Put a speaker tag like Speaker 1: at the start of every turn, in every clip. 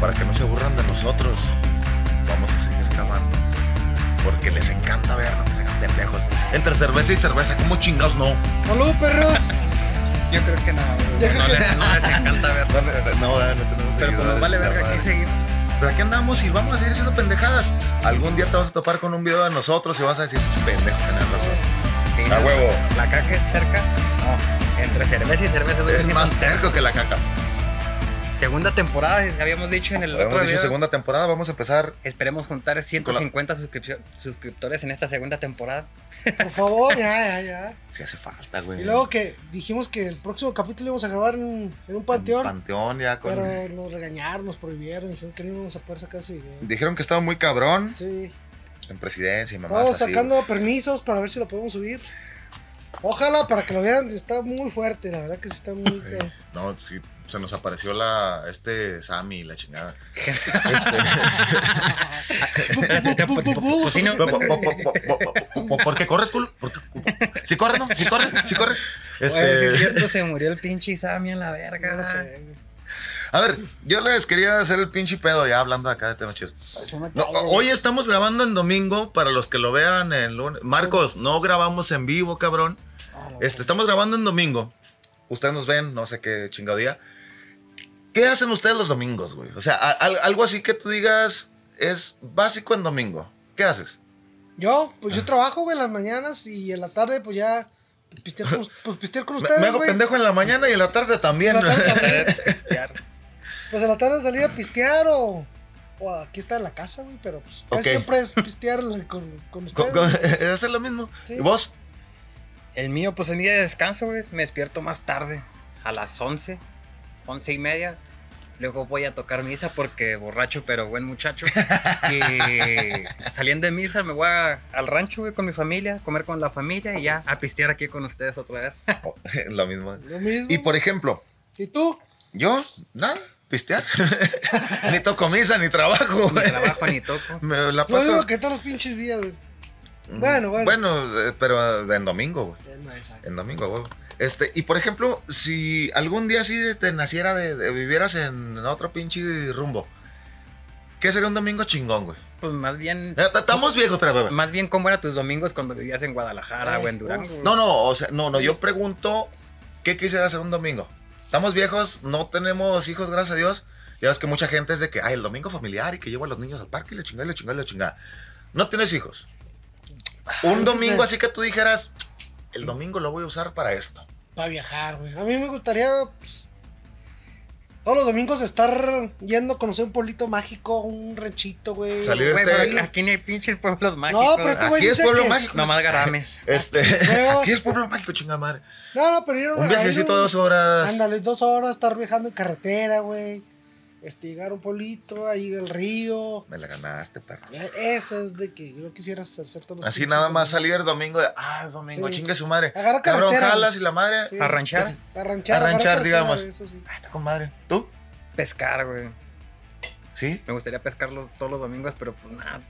Speaker 1: para que no se burran de nosotros, vamos a seguir grabando. Porque les encanta vernos, se hagan pendejos. Entre cerveza y cerveza, ¿cómo chingados no?
Speaker 2: ¡Salud, perros!
Speaker 3: Yo creo que no, güey. No les, no les encanta ver.
Speaker 1: No, no, no, no tenemos
Speaker 3: Pero pues nos
Speaker 1: seguidores,
Speaker 3: vale
Speaker 1: la
Speaker 3: verga aquí
Speaker 1: madre.
Speaker 3: seguimos.
Speaker 1: Pero aquí andamos y vamos a seguir haciendo pendejadas. Algún día te vas a topar con un video de nosotros y vas a decir, pendejos, tenían razón.
Speaker 3: Sí,
Speaker 1: A
Speaker 3: la-
Speaker 1: huevo.
Speaker 3: La caca es cerca. No. Entre cerveza y cerveza. güey,
Speaker 1: Es
Speaker 3: sí,
Speaker 1: más
Speaker 3: no.
Speaker 1: terco que la caca.
Speaker 3: Segunda temporada, si habíamos dicho en el otro
Speaker 1: Habíamos dicho
Speaker 3: video.
Speaker 1: segunda temporada, vamos a empezar.
Speaker 3: Esperemos juntar 150 suscripcio- suscriptores en esta segunda temporada.
Speaker 2: Por favor, ya, ya, ya.
Speaker 1: Si hace falta, güey.
Speaker 2: Y luego que dijimos que el próximo capítulo íbamos a grabar en, en un panteón,
Speaker 1: Panteón ya con...
Speaker 2: pero nos regañaron, nos prohibieron, dijeron que no íbamos a poder sacar ese video.
Speaker 1: Dijeron que estaba muy cabrón
Speaker 2: Sí.
Speaker 1: en presidencia y mamás
Speaker 2: Estamos
Speaker 1: así,
Speaker 2: sacando permisos para ver si lo podemos subir. Ojalá para que lo vean, está muy fuerte, la verdad que sí está muy.
Speaker 1: güey. Sí. No, sí, se nos apareció la... Este Sammy, la chingada. Este,
Speaker 2: bu, bu, bu.
Speaker 3: Pues sí, no.
Speaker 1: Po- po- po- po- po- po- ¿Por qué corres, culo? ¿Por qué? Si corre, ¿no? Si corre, si corre.
Speaker 3: Oye, sí es
Speaker 1: Este...
Speaker 3: cierto, se murió el pinche Isami a la verga.
Speaker 2: No sé, güey.
Speaker 1: A ver, yo les quería hacer el pinche pedo ya hablando acá de temas chidos.
Speaker 2: Se me
Speaker 1: No,
Speaker 2: cae, güey.
Speaker 1: hoy estamos grabando en domingo para los que lo vean en lunes. Marcos, no grabamos en vivo, cabrón.
Speaker 2: Ah, la
Speaker 1: Este, estamos grabando en domingo. Ustedes nos ven, no sé qué chingado día. ¿Qué hacen ustedes los domingos, güey? O sea, a- al- algo así que tú digas es básico en domingo. ¿Qué haces?
Speaker 2: Yo, pues yo trabajo, güey, en las mañanas y en la tarde, pues ya pues, pistear con, pues, pistear con
Speaker 1: Me-
Speaker 2: ustedes.
Speaker 1: me hago
Speaker 2: güey.
Speaker 1: pendejo en la mañana y en la tarde también.
Speaker 2: En la tarde también.
Speaker 3: Pistear.
Speaker 2: Pues en la tarde salir a pistear o, o aquí está en la casa, güey, pero pues casi
Speaker 1: Ok.
Speaker 2: siempre es pistear con, con
Speaker 1: Co-
Speaker 2: ustedes.
Speaker 1: co- Haces lo mismo.
Speaker 2: Sí.
Speaker 1: ¿Y vos?
Speaker 3: El mío, pues en día de descanso, güey. Me despierto más tarde, a las 11, 11 y media. Luego voy a tocar misa porque borracho, pero buen muchacho. Y saliendo de misa me voy a- al rancho, güey, con mi familia, a comer con la familia y ya a pistear aquí con ustedes otra vez.
Speaker 1: Oh, lo mismo.
Speaker 2: Lo mismo.
Speaker 1: Y por ejemplo,
Speaker 2: ¿Y tú?
Speaker 1: yo, nada, pistear. ni toco misa, ni trabajo.
Speaker 3: Ni
Speaker 1: güey.
Speaker 3: trabajo ni toco.
Speaker 1: Me la
Speaker 2: Lo
Speaker 1: paso.
Speaker 2: mismo que todos los pinches días, güey. Bueno, bueno.
Speaker 1: Bueno, eh, pero en domingo, güey.
Speaker 2: Eh, no, exacto.
Speaker 1: En domingo, güey. Este, y por ejemplo, si algún día sí te naciera de, de- vivieras en otro pinche rumbo, ¿qué sería un domingo chingón, güey?
Speaker 3: Pues más bien,
Speaker 1: Eh, t- Estamos viejos, pero, pero, pero.
Speaker 3: más bien cómo eran tus domingos cuando vivías en Guadalajara
Speaker 2: Ay,
Speaker 3: o en Durango. güey?
Speaker 1: No, no, o sea, no, no, yo pregunto, ¿qué quisiera hacer un domingo? Estamos viejos, no tenemos hijos, gracias a Dios. Ya ves que mucha gente es de que, ay, el domingo familiar y que llevo a los niños al parque y la chingada, y la chingada, y la chingada. No tienes hijos. Un domingo así que tú dijeras, el domingo lo voy a usar para esto.
Speaker 2: Para viajar, güey. A mí me gustaría, pues, todos los domingos estar yendo a conocer un pueblito mágico, un ranchito, güey.
Speaker 1: Salir
Speaker 3: Güey, pero
Speaker 1: este-
Speaker 3: aquí ni hay pinches pueblos mágicos.
Speaker 2: No, pero este güey
Speaker 1: Aquí es
Speaker 2: dice
Speaker 1: pueblo
Speaker 2: que-
Speaker 1: mágico.
Speaker 3: Nomás garame.
Speaker 1: Este,
Speaker 2: Creo-
Speaker 1: aquí es pueblo mágico, chingada madre.
Speaker 2: No, no, pero ir a
Speaker 1: Un viajecito
Speaker 2: ahí
Speaker 1: de
Speaker 2: un-
Speaker 1: dos horas.
Speaker 2: Ándale, dos horas, estar viajando en carretera, güey. Este, llegar a un pueblito, ahí el río.
Speaker 1: Me la ganaste, perro.
Speaker 2: Eh, Eso es de que yo quisiera hacer todos los
Speaker 1: Así
Speaker 2: pinches
Speaker 1: nada más
Speaker 2: domingos.
Speaker 1: salir el domingo. de, Ah, domingo,
Speaker 2: Sí.
Speaker 1: chingue su madre.
Speaker 2: Agarra
Speaker 1: Cabrón,
Speaker 2: carretera.
Speaker 1: jalas y la madre.
Speaker 2: Sí.
Speaker 3: A ranchar,
Speaker 2: Arranchar,
Speaker 1: Arranchar,
Speaker 2: agarrar carretera,
Speaker 1: digamos.
Speaker 2: güey, eso sí.
Speaker 1: Ah, está con madre. ¿Tú?
Speaker 3: pescar, güey.
Speaker 1: Sí.
Speaker 3: Me gustaría pescarlos todos los domingos, pero pues nada.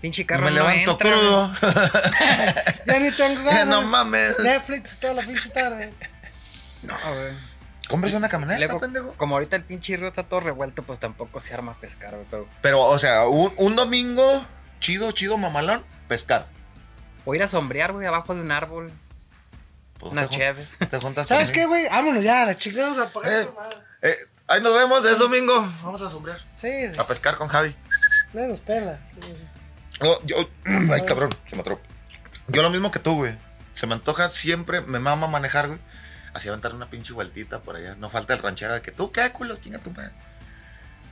Speaker 3: Pinche carro
Speaker 1: Me
Speaker 3: no
Speaker 1: levanto
Speaker 3: entra, güey.
Speaker 1: crudo.
Speaker 2: Ya ni tengo ganas.
Speaker 1: no mames.
Speaker 2: Netflix toda la pinche tarde.
Speaker 3: No, güey.
Speaker 1: Cómprese una camioneta,
Speaker 3: Luego,
Speaker 1: pendejo.
Speaker 3: como ahorita el pinche río está todo revuelto, pues tampoco se arma pescar, güey. Pero
Speaker 1: Pero, o sea, un, un domingo chido, chido, mamalón, pescar.
Speaker 3: o ir a sombrear, güey, abajo de un árbol.
Speaker 1: Pues,
Speaker 3: Una
Speaker 1: te jun-
Speaker 3: cheve.
Speaker 1: Te juntas
Speaker 2: ¿Sabes qué,
Speaker 1: conmigo.
Speaker 2: güey? Vámonos ya, la chica, vamos a pagar
Speaker 1: Eh.
Speaker 2: tu madre.
Speaker 1: Eh, ahí nos vemos, es domingo. Vamos a sombrear.
Speaker 2: Sí, güey,
Speaker 1: A pescar con Javi.
Speaker 2: no nos pela.
Speaker 1: No, yo. Ay, cabrón, se me atrapó. Yo lo mismo que tú, güey. Se me antoja siempre, me mama manejar, güey. Así aventar una pinche vueltita por allá. No falta el ranchero de que tú, qué culo, chinga tu madre.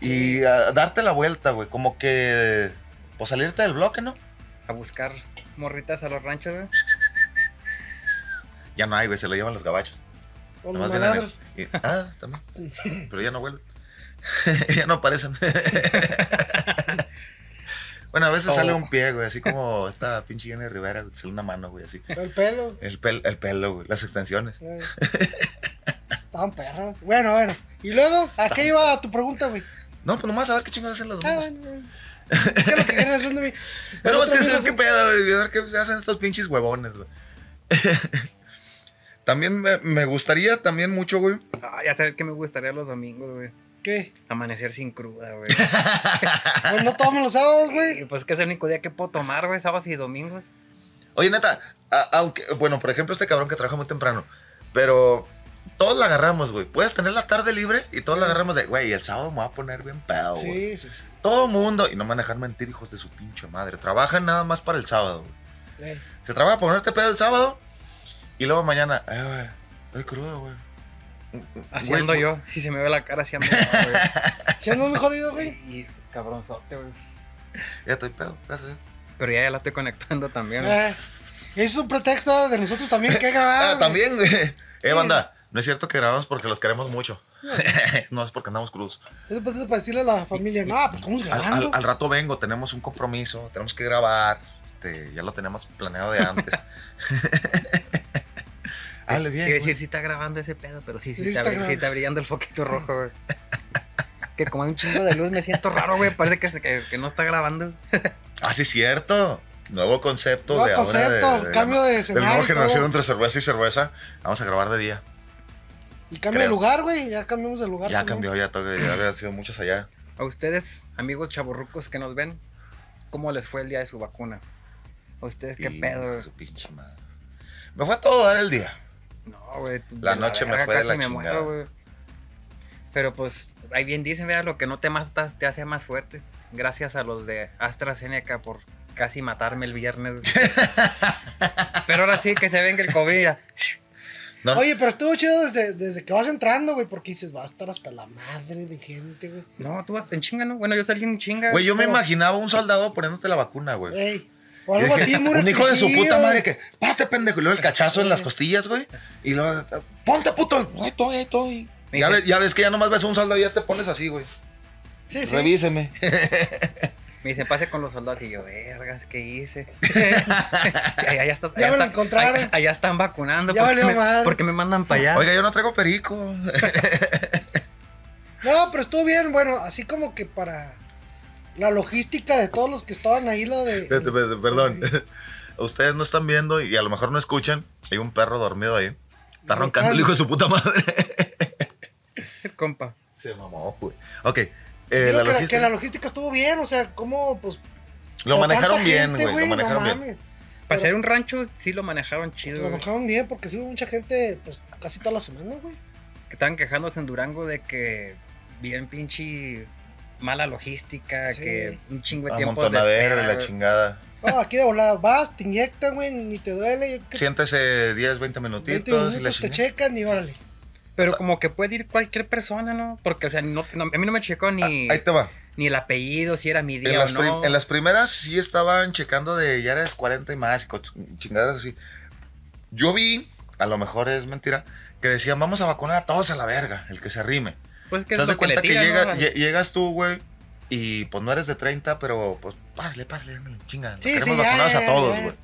Speaker 1: Y a- darte la vuelta, güey. Como que. Pues salirte del bloque, ¿no?
Speaker 3: A buscar morritas a los ranchos, güey.
Speaker 1: Ya no hay, güey. Se lo llevan los gabachos.
Speaker 2: Con los
Speaker 1: Nomás vienen
Speaker 2: malandros.
Speaker 1: y- ah, también. Pero ya no vuelven. ya no aparecen. bueno, a veces
Speaker 3: Oh.
Speaker 1: sale un pie, güey. Así como esta pinche Jenny Rivera, güey, sale una mano, güey, así.
Speaker 2: El pelo.
Speaker 1: El, pel- el pelo, güey. Las extensiones.
Speaker 2: Eh. Estaban perros. Bueno, bueno. Y luego, ¿a qué iba tu pregunta, güey?
Speaker 1: No, pues nomás a ver qué chingados hacen los
Speaker 2: Ah,
Speaker 1: domingos.
Speaker 2: bueno, bueno. Es que lo que quieres hacer de mí.
Speaker 1: Pero
Speaker 2: Pero
Speaker 1: más
Speaker 2: otro
Speaker 1: que saber
Speaker 2: amigo hace-
Speaker 1: qué pedo, güey, a ver qué hacen estos pinches huevones, güey. también me, me gustaría también mucho, güey.
Speaker 3: Ah, ya sabes que me gustaría los domingos, güey.
Speaker 2: ¿Qué?
Speaker 3: Amanecer sin cruda, güey.
Speaker 2: Pues no tomamos los sábados,
Speaker 3: Y
Speaker 2: güey.
Speaker 3: pues que es el único día que puedo tomar, güey, sábados y domingos.
Speaker 1: Oye, neta, a- aunque, bueno, por ejemplo, este cabrón que trabaja muy temprano, pero todos la agarramos, güey. Puedes tener la tarde libre y todos la agarramos de, güey, el sábado me voy a poner bien pedo, güey.
Speaker 2: Sí, sí, sí.
Speaker 1: Todo mundo, y no me van a dejar mentir, hijos de su pinche madre. Trabajan nada más para el sábado, güey.
Speaker 2: Ey.
Speaker 1: Se trabaja para ponerte pedo el sábado y luego mañana, eh, güey, estoy crudo, güey.
Speaker 3: Así
Speaker 1: Güey,
Speaker 3: ando
Speaker 1: güey.
Speaker 3: yo. Si se me ve la cara, así ando yo, güey.
Speaker 2: Si andas muy jodido, güey.
Speaker 3: Y cabronzote, güey.
Speaker 1: Ya estoy pedo, gracias.
Speaker 3: Pero ya, ya la estoy conectando también. güey.
Speaker 2: Eh, ese es un pretexto de nosotros también que grabar.
Speaker 1: Ah,
Speaker 2: güey.
Speaker 1: también, güey. Eh, banda, no es cierto que grabamos porque los queremos mucho. no es porque andamos crudos.
Speaker 2: Es un pretexto para decirle a la familia, no, pues estamos
Speaker 1: Al, al-
Speaker 2: grabando.
Speaker 1: al rato vengo, tenemos un compromiso, tenemos que grabar. Este, ya lo tenemos planeado de antes. Hable bien.
Speaker 3: Quiere decir,
Speaker 1: güey.
Speaker 3: sí está grabando ese pedo, pero sí, sí,
Speaker 2: Sí
Speaker 3: está,
Speaker 2: está
Speaker 3: bri- sí
Speaker 2: grabando.
Speaker 3: está brillando el foquito rojo, güey. Que como hay un chingo de luz me siento raro, güey. Parece que, que- que no está grabando.
Speaker 1: Ah, sí, cierto. Nuevo concepto
Speaker 2: Nuevo
Speaker 1: de
Speaker 2: concepto,
Speaker 1: ahora. de- de-
Speaker 2: cambio de
Speaker 1: de la
Speaker 2: escenario.
Speaker 1: nueva
Speaker 2: y
Speaker 1: generación
Speaker 2: todo.
Speaker 1: entre cerveza y cerveza. Vamos a grabar de día.
Speaker 2: Y cambio de
Speaker 1: creo.
Speaker 2: lugar, güey. Ya cambiamos de lugar.
Speaker 1: Ya
Speaker 2: también.
Speaker 1: cambió, ya, todo, ya habían sido muchos allá.
Speaker 3: A ustedes, amigos chaburrucos que nos ven, ¿cómo les fue el día de su vacuna? ¿A ustedes qué
Speaker 1: Y,
Speaker 3: pedo? güey?
Speaker 1: Su pinche madre. Me fue a todo dar el día.
Speaker 3: No, güey. pues, de
Speaker 1: La noche me
Speaker 3: verga
Speaker 1: fue de
Speaker 3: casi
Speaker 1: la
Speaker 3: me muero,
Speaker 1: chingada.
Speaker 3: güey. Pero pues, ahí bien dicen, vea, lo que no te mata te hace más fuerte. Gracias a los de AstraZeneca por casi matarme el viernes. güey. Pero ahora sí que se venga el COVID. ya.
Speaker 1: No,
Speaker 2: Oye, pero estuvo chido desde, desde que vas entrando, güey, porque dices, va a estar hasta la madre de gente, güey.
Speaker 3: No, tú vas en chinga, ¿no? Bueno, yo salí en chinga.
Speaker 1: Güey, yo me
Speaker 2: pero-
Speaker 1: imaginaba un soldado poniéndote la vacuna, güey.
Speaker 2: Ey. O algo así, muy
Speaker 1: Pues. Un hijo de su
Speaker 2: restringido,
Speaker 1: puta madre
Speaker 2: güey.
Speaker 1: que, párate, pendejo. Y luego el cachazo en las costillas, güey. Y luego, ponte, puto. Ahí estoy, ahí estoy.
Speaker 3: Me
Speaker 1: Ya
Speaker 3: dice-
Speaker 1: ves, ya ves que ya nomás ves a un soldado y ya te pones así, güey.
Speaker 2: Sí, sí.
Speaker 1: Revíseme.
Speaker 3: Me dice, pase con los soldados. Y yo, vergas, ¿qué hice? allá, allá está-
Speaker 2: Ya
Speaker 3: allá
Speaker 2: me lo
Speaker 3: está-
Speaker 2: encontraron.
Speaker 3: allá- allá están vacunando.
Speaker 2: Ya
Speaker 3: ¿por qué
Speaker 2: valió
Speaker 3: me-
Speaker 2: madre.
Speaker 3: ¿Por qué me mandan para allá?
Speaker 1: Oiga, yo no traigo perico.
Speaker 2: No, pero estuvo bien, bueno, así como que para la logística de todos los que estaban ahí, lo de.
Speaker 1: Pe- pe- Perdón. Ustedes no están viendo y a lo mejor no escuchan. Hay un perro dormido ahí. Está roncando el hijo de su puta madre.
Speaker 3: Compa.
Speaker 1: Se mamó, güey. Ok. eh,
Speaker 2: Digo
Speaker 1: la
Speaker 2: que, la, que la
Speaker 1: logística.
Speaker 2: logística estuvo bien, o sea, como, pues.
Speaker 1: Lo
Speaker 2: con
Speaker 1: manejaron
Speaker 2: tanta
Speaker 1: bien,
Speaker 2: gente,
Speaker 1: güey. Lo manejaron
Speaker 2: no
Speaker 1: bien.
Speaker 2: mames.
Speaker 3: Para ser un rancho, sí lo manejaron chido.
Speaker 2: Lo
Speaker 3: güey.
Speaker 2: manejaron bien porque sí hubo mucha gente, pues casi toda la semana, güey.
Speaker 3: que estaban quejándose en Durango de que bien pinche mala logística,
Speaker 2: Sí.
Speaker 3: que un chingo de tiempo de
Speaker 1: Amontonadero y
Speaker 3: espera,
Speaker 1: la
Speaker 3: güey.
Speaker 1: chingada.
Speaker 2: No, aquí de volada vas, te inyectan, güey, ni te duele. yo qué-
Speaker 1: Siéntese 10, 20
Speaker 2: 20
Speaker 1: minutitos. y la
Speaker 2: minutos te
Speaker 1: chingada.
Speaker 2: checan y órale.
Speaker 1: Ah.
Speaker 3: Pero como que puede ir cualquier persona, ¿no? Porque, o sea, no- no- a mí no me checó ni,
Speaker 1: Ah, Ahí te va.
Speaker 3: ni el apellido, si era mi
Speaker 1: En
Speaker 3: día o
Speaker 1: las, prim-
Speaker 3: no.
Speaker 1: en las primeras sí estaban checando de ya eres 40 y más, co- chingaderas así. Yo vi, a lo mejor es mentira, que decían vamos a vacunar a todos a la verga, el que se arrime.
Speaker 3: Pues que
Speaker 1: ¿Te
Speaker 3: es
Speaker 1: das
Speaker 3: lo que le
Speaker 1: cuenta que,
Speaker 3: digan,
Speaker 1: llega-
Speaker 3: ¿no?
Speaker 1: lle- llegas tú, güey, y pues no eres de 30, pero pues pásale, pásale, ándale, chinga. nos
Speaker 2: Sí,
Speaker 1: queremos
Speaker 2: sí, ya,
Speaker 1: vacunados
Speaker 2: ya,
Speaker 1: a
Speaker 2: ya,
Speaker 1: todos,
Speaker 2: ya.
Speaker 1: güey.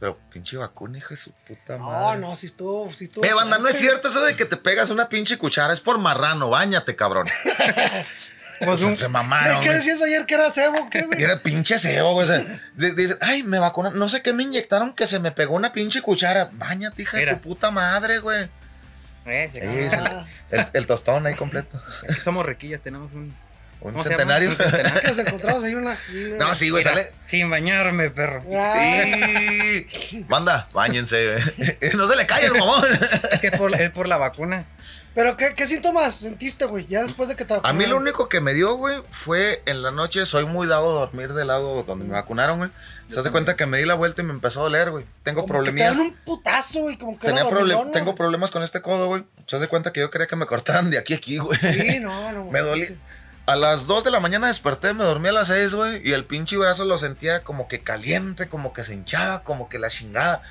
Speaker 1: Pero pinche vacuna, hijo de su puta
Speaker 2: No,
Speaker 1: madre.
Speaker 2: no, si estuvo, si estuvo.
Speaker 1: Eh, banda, no es
Speaker 2: fuerte.
Speaker 1: cierto eso de que te pegas una pinche cuchara, es por marrano, bañate, cabrón.
Speaker 3: Pues
Speaker 1: O sea,
Speaker 3: un-
Speaker 1: se
Speaker 2: Güey,
Speaker 1: mamaron.
Speaker 2: ¿Qué
Speaker 1: güey.
Speaker 2: decías ayer que era cebo, qué, güey?
Speaker 1: Y era pinche cebo, güey. o sea, de- dice, ay, me vacunaron. No sé qué me inyectaron que se me pegó una pinche cuchara. Báñate, hija de
Speaker 3: Mira.
Speaker 1: tu puta madre, güey.
Speaker 3: Ese,
Speaker 1: Sí,
Speaker 3: cabrón.
Speaker 1: se le-
Speaker 2: Ah,
Speaker 1: el, el tostón ahí completo.
Speaker 3: Eh, Aquí somos riquillos, tenemos un...
Speaker 1: Un
Speaker 3: ¿cómo se llama?
Speaker 1: centenario.
Speaker 3: Un centenario.
Speaker 2: Que nos encontramos ahí una.
Speaker 1: No, sí, güey,
Speaker 3: Mira,
Speaker 1: sale.
Speaker 3: Sin bañarme, perro.
Speaker 2: Ah,
Speaker 1: Y... Manda, bañense, güey. No se le cae el mamón.
Speaker 3: Es que es por, es por la vacuna.
Speaker 2: Pero, ¿qué, qué síntomas sentiste, güey? Ya después de que te
Speaker 1: A mí lo
Speaker 2: vacunaron.
Speaker 1: único que me dio, güey, fue en la noche. Soy muy dado a dormir del lado donde me vacunaron, güey. ¿Te das de cuenta que me di la vuelta y me empezó a doler, güey? Tengo
Speaker 2: Como que
Speaker 1: problemillas.
Speaker 2: Te dan un putazo, güey, como que
Speaker 1: Tenía
Speaker 2: era
Speaker 1: problem-
Speaker 2: dormilona.
Speaker 1: tengo problemas con este codo, güey. ¿Te das de cuenta que yo quería que me cortaran de aquí a aquí, güey?
Speaker 2: Sí, no, no.
Speaker 1: Me dolí. A las 2 de la mañana desperté, me dormí a las 6, güey, y el pinche brazo lo sentía como que caliente, como que se hinchaba, como que la chingada.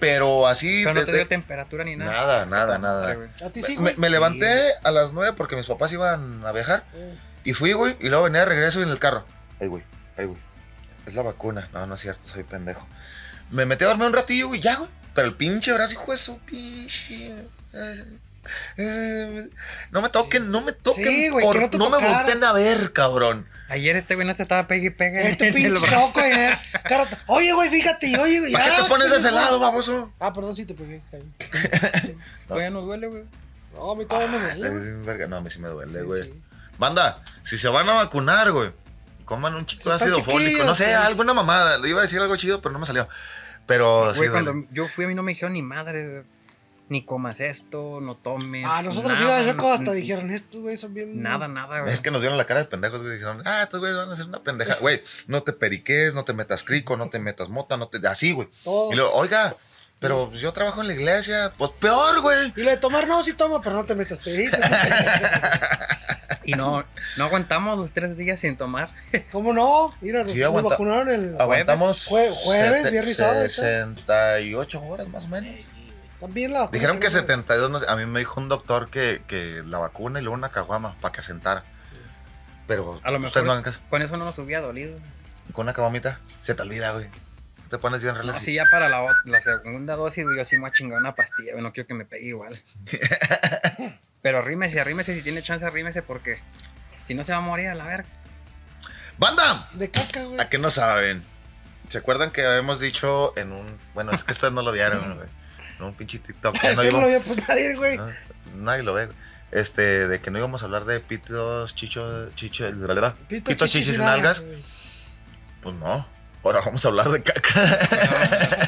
Speaker 1: Pero así.
Speaker 3: Pero no
Speaker 1: de-
Speaker 3: te
Speaker 1: de-
Speaker 3: dio temperatura ni
Speaker 1: nada,
Speaker 3: nada.
Speaker 1: nada, nada.
Speaker 3: Madre, güey.
Speaker 2: A ti sí,
Speaker 1: Me,
Speaker 2: güey.
Speaker 1: me levanté a las 9 porque mis papás iban a viajar
Speaker 2: Eh,
Speaker 1: y fui, güey, y luego venía de regreso y en el carro. Ay, güey, ay, güey. Es la vacuna. No, no es cierto, soy pendejo. Me metí a dormir un ratillo, güey, ya, güey. Pero el pinche brazo, hijo de su pinche. Eh, No me toquen, no me toquen.
Speaker 2: Sí, güey,
Speaker 1: por-
Speaker 2: que no te
Speaker 1: no me
Speaker 2: tocaran.
Speaker 1: volteen a ver, cabrón.
Speaker 3: Ayer este güey no se estaba pegue y pegue en
Speaker 2: Este
Speaker 3: el
Speaker 2: pinche
Speaker 3: brazo.
Speaker 2: loco, güey. eh, cara, Oye, güey, fíjate, y oye, güey.
Speaker 1: ¿Para qué
Speaker 2: ah,
Speaker 1: te pones de ese
Speaker 2: pendejo.
Speaker 1: lado, baboso?
Speaker 2: Ah, perdón, sí te pegué. Jaime.
Speaker 3: Todavía no duele, güey.
Speaker 2: No, a mí todavía me
Speaker 1: Está
Speaker 2: duele. güey.
Speaker 1: bien verga. No, a mí Ah, sí me duele,
Speaker 2: Sí,
Speaker 1: güey.
Speaker 2: sí.
Speaker 1: Banda, si se van a vacunar, güey, coman un chico
Speaker 2: Si
Speaker 1: de
Speaker 2: están
Speaker 1: ácido fólico.
Speaker 2: chiquillos,
Speaker 1: No sé,
Speaker 2: sí.
Speaker 1: alguna mamada. Le iba a decir algo chido, pero no me salió. Pero Pues sí.
Speaker 3: Güey,
Speaker 1: duele.
Speaker 3: cuando yo fui a mí no me dijeron ni madre, güey. ni comas esto, no tomes.
Speaker 2: A Ah, nosotros
Speaker 3: nada,
Speaker 2: iba a Choco
Speaker 3: no-
Speaker 2: hasta dijeron, estos güey son bien.
Speaker 3: Nada, nada, güey.
Speaker 1: Es que nos vieron la cara de pendejos, güey. Dijeron, ah, estos güeyes van a hacer una pendeja. Güey, no te periques, no te metas crico, no te metas mota, no te. Así, güey.
Speaker 2: Todo.
Speaker 1: Y luego, oiga, pero yo trabajo en la iglesia. Pues peor, güey.
Speaker 2: Y lo de tomar, no, sí toma, pero no te metas perico.
Speaker 3: Y no, no aguantamos los tres días sin tomar.
Speaker 2: ¿Cómo no? Mira, nos,
Speaker 1: Sí,
Speaker 2: nos
Speaker 1: aguanta- Ah,
Speaker 2: vacunaron el.
Speaker 1: Aguantamos.
Speaker 2: Jue- jueves,
Speaker 1: sete-
Speaker 2: viernes y sábado, ahí está.
Speaker 1: 68 horas más o menos.
Speaker 2: También la vacuna
Speaker 1: Dijeron que
Speaker 2: no-
Speaker 1: 72, no sé, a mí me dijo un doctor que, que la vacuna y luego una caguama para que asentara. Pero
Speaker 3: A lo mejor-
Speaker 1: ustedes no hagan caso.
Speaker 3: Con eso no nos hubiera dolido.
Speaker 1: Con una caguamita se te olvida, güey. Te pones bien relax.
Speaker 3: Así ya para la, ot- la segunda dosis, güey, yo sí me voy a chingar una pastilla, güey, no quiero que me pegue igual. Pero arrímese, arrímese, si tiene chance, arrímese, porque si no se va a morir a la verga.
Speaker 1: ¡Banda!
Speaker 2: De caca, güey.
Speaker 1: ¿A qué no saben? ¿Se acuerdan que habíamos dicho en un. Bueno, es que ustedes no lo vieron, güey. En un pinche TikTok. que
Speaker 2: Es
Speaker 1: no Ah,
Speaker 2: que no lo
Speaker 1: íbamos-
Speaker 2: había puesto nadie, güey.
Speaker 1: no, nadie lo ve, güey. Este, de que no íbamos a hablar de pitos, chichos, chichos, ¿verdad?
Speaker 2: Pito,
Speaker 1: Pitos,
Speaker 2: chichis
Speaker 1: chichis
Speaker 2: y
Speaker 1: y nalgas.
Speaker 2: güey.
Speaker 1: Pues no. Ahora vamos a hablar de caca.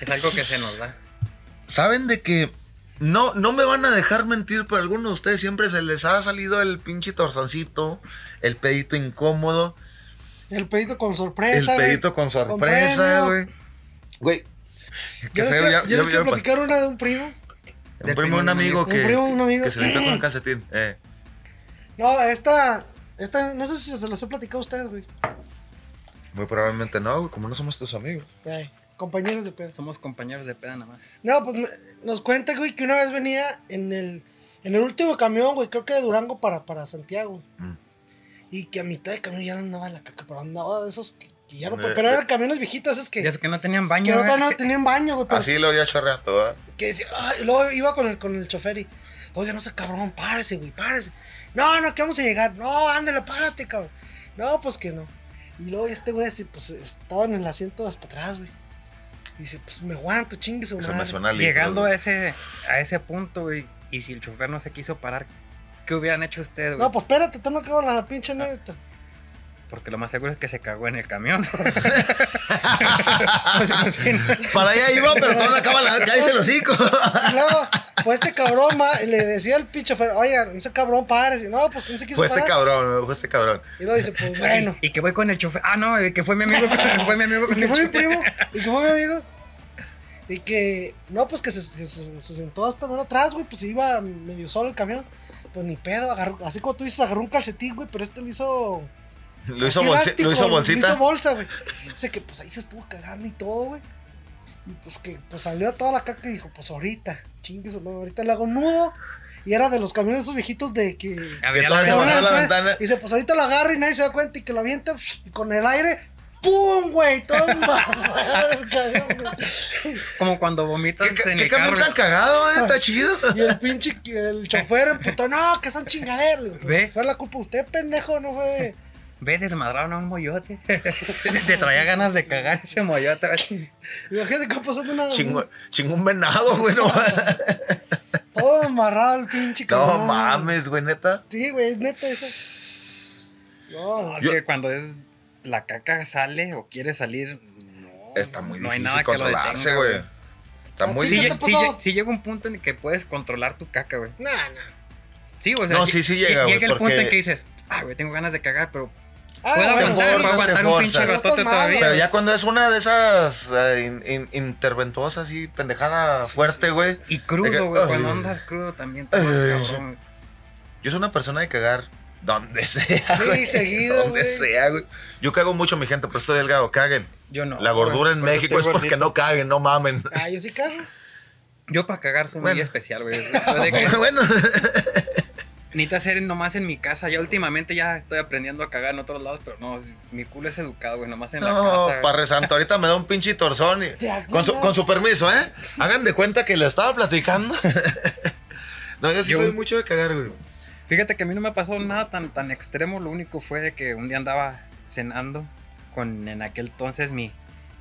Speaker 3: Es algo que se nos da.
Speaker 1: ¿Saben de que no, no me van a dejar mentir, pero a algunos de ustedes siempre se les ha salido el pinche torzoncito, el pedito incómodo,
Speaker 2: El pedito con sorpresa.
Speaker 1: el
Speaker 2: güey.
Speaker 1: pedito con sorpresa,
Speaker 2: premio.
Speaker 1: güey. Güey. Qué
Speaker 2: Yo les
Speaker 1: feo,
Speaker 2: quiero-
Speaker 1: ya,
Speaker 2: Yo les
Speaker 1: ya- ya
Speaker 2: quiero
Speaker 1: me
Speaker 2: platicar una de un primo.
Speaker 1: pasó. Un primo de un amigo
Speaker 2: Un
Speaker 1: que,
Speaker 2: primo de un amigo.
Speaker 1: que se limpió con un calcetín. eh.
Speaker 2: No, esta. Esta, no sé si se las he platicado a ustedes, güey.
Speaker 1: Muy probablemente no, güey, como no somos tus amigos.
Speaker 2: Ay, compañeros de pedo.
Speaker 3: Somos compañeros de peda nada más.
Speaker 2: No, pues me- nos cuenta, güey, que una vez venía en el, en el último camión, güey, creo que de Durango para, para Santiago.
Speaker 1: Mm.
Speaker 2: Y que a mitad de camión ya no andaba en la caca, pero andaba de esos que, que ya no.
Speaker 1: Eh,
Speaker 2: pero
Speaker 1: eh.
Speaker 2: eran camiones viejitos, esos que,
Speaker 3: Y eso que no tenían
Speaker 2: que
Speaker 3: baño,
Speaker 2: no,
Speaker 3: güey.
Speaker 2: no tenían baño, güey. Pero
Speaker 1: Así lo había chorreado, ¿verdad?
Speaker 2: que decía, "Ay", y luego iba con el, con el chofer y, oiga, no sé, cabrón, párese, güey, párese. No, no, que vamos a llegar. No, ándale, párate, cabrón. No, pues que no. Y luego este güey así, pues estaba en el asiento hasta atrás, güey. Y dice, pues me aguanto, chingue su
Speaker 1: Eso
Speaker 2: madre.
Speaker 1: me suena a litro,
Speaker 3: Llegando
Speaker 1: güey.
Speaker 3: a ese, a ese punto, güey, y si el chofer no se quiso parar, ¿qué hubieran hecho ustedes, güey?
Speaker 2: No, pues espérate, tú no quedas la pinche neta.
Speaker 3: Porque lo más seguro es que se cagó en el camión. O sea, sí, no.
Speaker 1: Para allá iba, pero no acaba la cállese los hocico.
Speaker 2: Y luego, pues este cabrón ma, le decía al pinche chofer, oiga, ese cabrón párese. No, pues no se quiso
Speaker 1: Fue este
Speaker 2: parar.
Speaker 1: cabrón, güey, fue este cabrón.
Speaker 2: y luego dice, pues bueno.
Speaker 3: Y, y que voy con el chofer. Ah, no, eh, que fue mi amigo. que fue mi amigo.
Speaker 2: Y
Speaker 3: con
Speaker 2: que
Speaker 3: el
Speaker 2: fue mi
Speaker 3: chofer.
Speaker 2: primo, y que fue mi amigo. Y que, no, pues que se, que se- se sentó hasta mano atrás, güey, pues iba medio solo el camión. Pues ni pedo, agarró, así como tú dices, agarró un calcetín, güey, pero este lo hizo.
Speaker 1: Lo hizo,
Speaker 2: así
Speaker 1: bolsi-
Speaker 2: elástico,
Speaker 1: lo hizo bolsita.
Speaker 2: Lo hizo bolsa, güey. Dice que pues ahí se estuvo cagando y todo, güey. Y pues que pues salió a toda la caca y dijo, pues ahorita, chingue su madre, ahorita le hago un nudo. Y era de los camiones esos viejitos de que.
Speaker 3: A
Speaker 1: Que
Speaker 3: ver, ya
Speaker 1: todavía se
Speaker 3: la veo.
Speaker 1: volteó a la
Speaker 2: Ajá.
Speaker 1: ventana.
Speaker 2: Y dice, pues ahorita lo agarro y nadie se da cuenta y que lo avienta y con el aire. ¡Pum, güey! Todo embarrado el camión, güey.
Speaker 3: Como cuando vomitas
Speaker 1: ¿Qué, qué,
Speaker 3: en
Speaker 1: qué
Speaker 3: el
Speaker 1: camión
Speaker 3: carro.
Speaker 1: tan cagado, eh? Está chido.
Speaker 2: Y el pinche, el chofer, emputó, no, que son chingaderos. Le digo,
Speaker 3: Ve.
Speaker 2: Fue la culpa de usted, pendejo, no fue de...
Speaker 3: Ve desmadraron a un moyote. Te traía ganas de cagar ese moyote. güey.
Speaker 2: Imagínate que pasando una...
Speaker 1: Chingo, chingo un venado, güey. No,
Speaker 2: Todo embarrado el pinche
Speaker 1: No
Speaker 2: camión.
Speaker 1: mames, güey, neta.
Speaker 2: Sí, güey, es neta eso. No,
Speaker 3: No,
Speaker 1: Yo-
Speaker 3: que cuando es la caca sale o quiere salir, no.
Speaker 1: Está muy
Speaker 3: no hay
Speaker 1: difícil
Speaker 3: nada que lo
Speaker 1: controlarse,
Speaker 3: detenga,
Speaker 1: güey. Está muy
Speaker 2: ¿A ti
Speaker 3: Sí,
Speaker 1: difícil.
Speaker 2: ¿Qué te
Speaker 3: lle- sí
Speaker 2: pasó?
Speaker 3: lle- sí llega un punto en el que puedes controlar tu caca, güey.
Speaker 2: no, no.
Speaker 3: Sí, o sea,
Speaker 1: No,
Speaker 3: lle-
Speaker 1: sí, sí llega,
Speaker 3: lle-
Speaker 1: güey,
Speaker 3: Llega el punto
Speaker 1: porque-
Speaker 3: en que dices, ah, güey, tengo ganas de cagar, pero
Speaker 2: Ah,
Speaker 3: puedo
Speaker 2: bueno,
Speaker 3: aguantar,
Speaker 1: forzas,
Speaker 3: puedo
Speaker 1: te
Speaker 3: aguantar un
Speaker 1: forzas.
Speaker 3: pinche
Speaker 2: No
Speaker 3: ratote
Speaker 2: estás mal,
Speaker 3: todavía.
Speaker 1: Pero ya cuando es una de esas eh, in- in- interventuosas así, pendejada fuerte, güey.
Speaker 3: Y
Speaker 1: De que,
Speaker 3: crudo, güey. Cuando
Speaker 1: ay.
Speaker 3: andas crudo también te vas,
Speaker 1: Ay,
Speaker 3: cabrón.
Speaker 1: Yo soy una persona de cagar donde sea.
Speaker 2: Sí,
Speaker 1: güey.
Speaker 2: seguido,
Speaker 1: Donde
Speaker 2: güey.
Speaker 1: sea, güey. Yo cago mucho, mi gente, pero estoy delgado. Caguen.
Speaker 3: Yo no.
Speaker 1: La gordura
Speaker 3: güey,
Speaker 1: en
Speaker 3: por eso
Speaker 1: México es
Speaker 3: estoy
Speaker 1: porque
Speaker 3: gordito.
Speaker 1: no caguen, no mamen.
Speaker 2: Ah, yo sí cago.
Speaker 3: Yo para cagar soy
Speaker 1: Bueno.
Speaker 3: muy especial, güey. Yo de que
Speaker 1: Bueno,
Speaker 3: Necesito hacer nomás en mi casa. Ya últimamente ya estoy aprendiendo a cagar en otros lados, pero no, mi culo es educado, güey. Nomás en
Speaker 1: no,
Speaker 3: la casa. güey.
Speaker 1: Parre Santo, ahorita me da un pinche torzón. y-
Speaker 2: Te
Speaker 1: Con su,
Speaker 2: acuerdas.
Speaker 1: con su permiso, ¿eh? Hagan de cuenta que le estaba platicando. no, yo sí
Speaker 3: Yo-
Speaker 1: soy mucho de cagar, güey.
Speaker 3: Fíjate que a mí no me pasó nada tan, tan extremo. Lo único fue de que un día andaba cenando con en aquel entonces mi,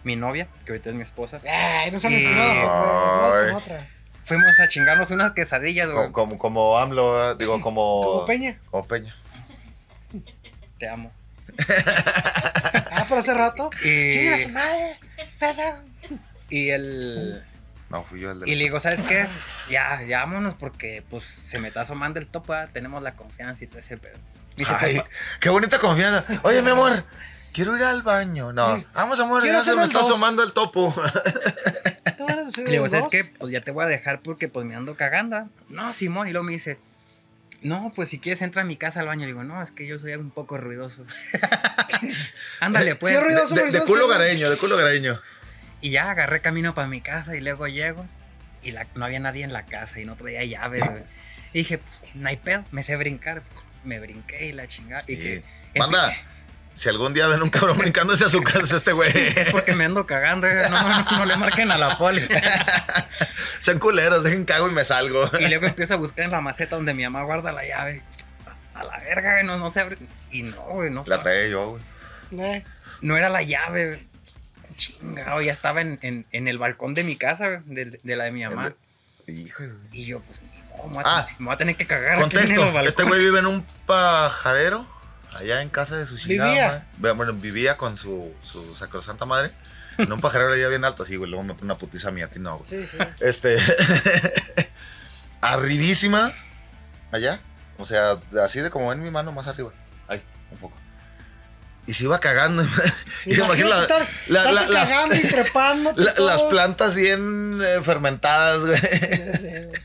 Speaker 3: mi novia, que ahorita es mi esposa.
Speaker 2: Ay, no sean
Speaker 3: Sí.
Speaker 2: mentirosos, güey. Vamos
Speaker 1: Ay.
Speaker 2: con otra.
Speaker 3: fuimos a chingarnos unas quesadillas, güey.
Speaker 1: Como, como, como AMLO, eh, digo, como.
Speaker 2: Como Peña.
Speaker 1: Como Peña.
Speaker 3: Te amo.
Speaker 2: Ah, pero hace rato.
Speaker 3: Y,
Speaker 2: Chinga
Speaker 1: Eh,
Speaker 2: a su madre. Pedo.
Speaker 3: y el.
Speaker 1: No, fui yo el de.
Speaker 3: Y le digo, ¿sabes qué? Ya, ya vámonos porque pues se me está asomando el topo, ah, tenemos la confianza y todo ese pedo. Dice, "Pues,
Speaker 1: Ay,
Speaker 3: "Compa,
Speaker 1: pues, qué bonita confianza. Oye, mi amor, quiero ir al baño. No, vamos, amor,
Speaker 2: Quiero
Speaker 1: ya se
Speaker 2: hacer
Speaker 1: me
Speaker 2: el
Speaker 1: está
Speaker 2: dos.
Speaker 1: asomando el topo.
Speaker 2: ¿Tú eres de ser
Speaker 3: Le digo,
Speaker 2: los
Speaker 3: ¿sabes
Speaker 2: dos?
Speaker 3: qué? Pues ya te voy a dejar porque pues me ando cagando. ah". No, Simón, y luego me dice, no, pues si quieres entra a mi casa al baño. Le digo, no, es que yo soy un poco ruidoso. Ándale, pues.
Speaker 2: Sí, ruidoso.
Speaker 1: De, de
Speaker 2: Sol,
Speaker 1: culo
Speaker 2: sol.
Speaker 1: gareño, de culo gareño.
Speaker 3: Y ya agarré camino para mi casa y luego llego y la- no había nadie en la casa y no traía llaves. güey. Y dije, pues, no hay pedo, me sé brincar. Me brinqué y la chingada. Y
Speaker 1: Sí.
Speaker 3: que,
Speaker 1: Banda, si algún día ven un cabrón brincándose a su casa, es este güey.
Speaker 3: Es porque me ando cagando, eh. no, no, no le marquen a la poli.
Speaker 1: Sean culeros, dejen cago y me salgo.
Speaker 3: Y luego empiezo a buscar en la maceta donde mi mamá guarda la llave. A la verga, güey, no, no se abre. Y no, güey, no,
Speaker 1: La
Speaker 3: estaba-
Speaker 1: traía yo, güey.
Speaker 2: Nah.
Speaker 3: no era la llave, güey. Chingado, ya estaba en, en- en el balcón de mi casa, güey, de, de la de mi mamá.
Speaker 1: Hijo de-
Speaker 3: Y yo, pues, ni modo, me voy a,
Speaker 1: Ah.
Speaker 3: me voy a tener que cagar aquí en el
Speaker 1: Contexto,
Speaker 3: balcón.
Speaker 1: este güey vive en un pajadero, allá en casa de su chingada
Speaker 2: Vivía.
Speaker 1: madre. Ve- Bueno, vivía con su, su sacrosanta madre. En un pajarero allá bien alto, sí, güey. Luego me pone una putiza mía, a ti no, güey.
Speaker 2: Sí, sí.
Speaker 1: Este. arribísima. Allá. O sea, así de como en mi mano, más arriba. Ahí, un poco. Y se iba cagando. Y me imagino la-
Speaker 2: estar,
Speaker 1: la-
Speaker 2: estar
Speaker 1: la- las-
Speaker 2: cagando y trepándote.
Speaker 1: la-
Speaker 2: todo.
Speaker 1: las plantas bien eh, fermentadas, güey.
Speaker 2: Ya sé, güey.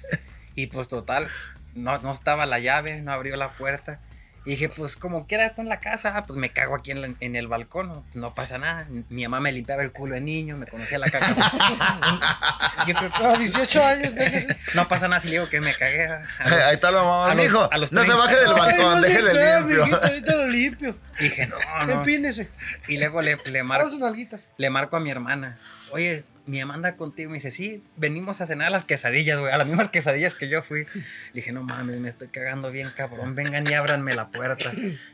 Speaker 3: Y pues, total, no, no estaba la llave, no abrió la puerta. Y dije, pues, como quiera, esto en la casa, ah, pues me cago aquí en, la- en el balcón, no, pues, no pasa nada. Mi mamá me limpiaba el culo de niño, me conocía la caca. Yo creo que
Speaker 2: A los 18 años. güey.
Speaker 3: No pasa nada si le digo que me cagué. a- a los-
Speaker 1: Ahí está la mamá,
Speaker 3: a
Speaker 1: mi
Speaker 3: los-
Speaker 1: hijo.
Speaker 3: a los
Speaker 1: No se
Speaker 3: 30.
Speaker 1: baje del
Speaker 2: Ay,
Speaker 1: balcón,
Speaker 2: no se
Speaker 1: déjele
Speaker 2: queda,
Speaker 1: limpio.
Speaker 2: mijito, ahorita lo limpio.
Speaker 3: Dije, Ah, no, no.
Speaker 2: Empínese.
Speaker 3: Y luego le, le, mar-
Speaker 2: Ahora sus nalguitas.
Speaker 3: le marco a mi hermana. Oye, mi mamá anda contigo. Me dice, sí, venimos a cenar a las quesadillas, güey. A las mismas quesadillas que yo fui. Le dije, no mames, me estoy cagando bien, cabrón. Vengan y ábranme la puerta.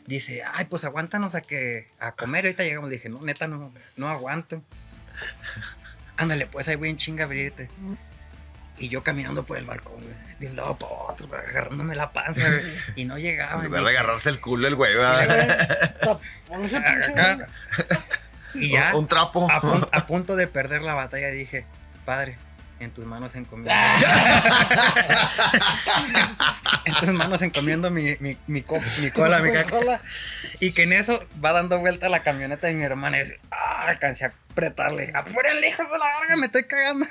Speaker 3: Dice, ay, pues aguántanos a que a comer. Ahorita llegamos. Le dije, no, neta, no, no aguanto. Ándale, pues ahí voy en chinga a abrirte. Y yo caminando por el balcón, güey, de un lado para otro, güey, agarrándome la panza, güey, y no llegaba.
Speaker 1: En lugar de agarrarse el culo el güey, ¿verdad?
Speaker 2: Ta- Por ese pinche.
Speaker 3: Acá. Y ya,
Speaker 1: Un- Un trapo.
Speaker 3: a, pun- a punto de perder la batalla, dije, padre, en tus manos encomiendo. en tus manos encomiendo mi, mi, mi, co- mi cola, mi caca.
Speaker 2: Cola.
Speaker 3: Y que en eso va dando vuelta la camioneta de mi hermana y dice, ah, alcancé a apretarle. Apúrenle, hijos de la verga, me estoy cagando.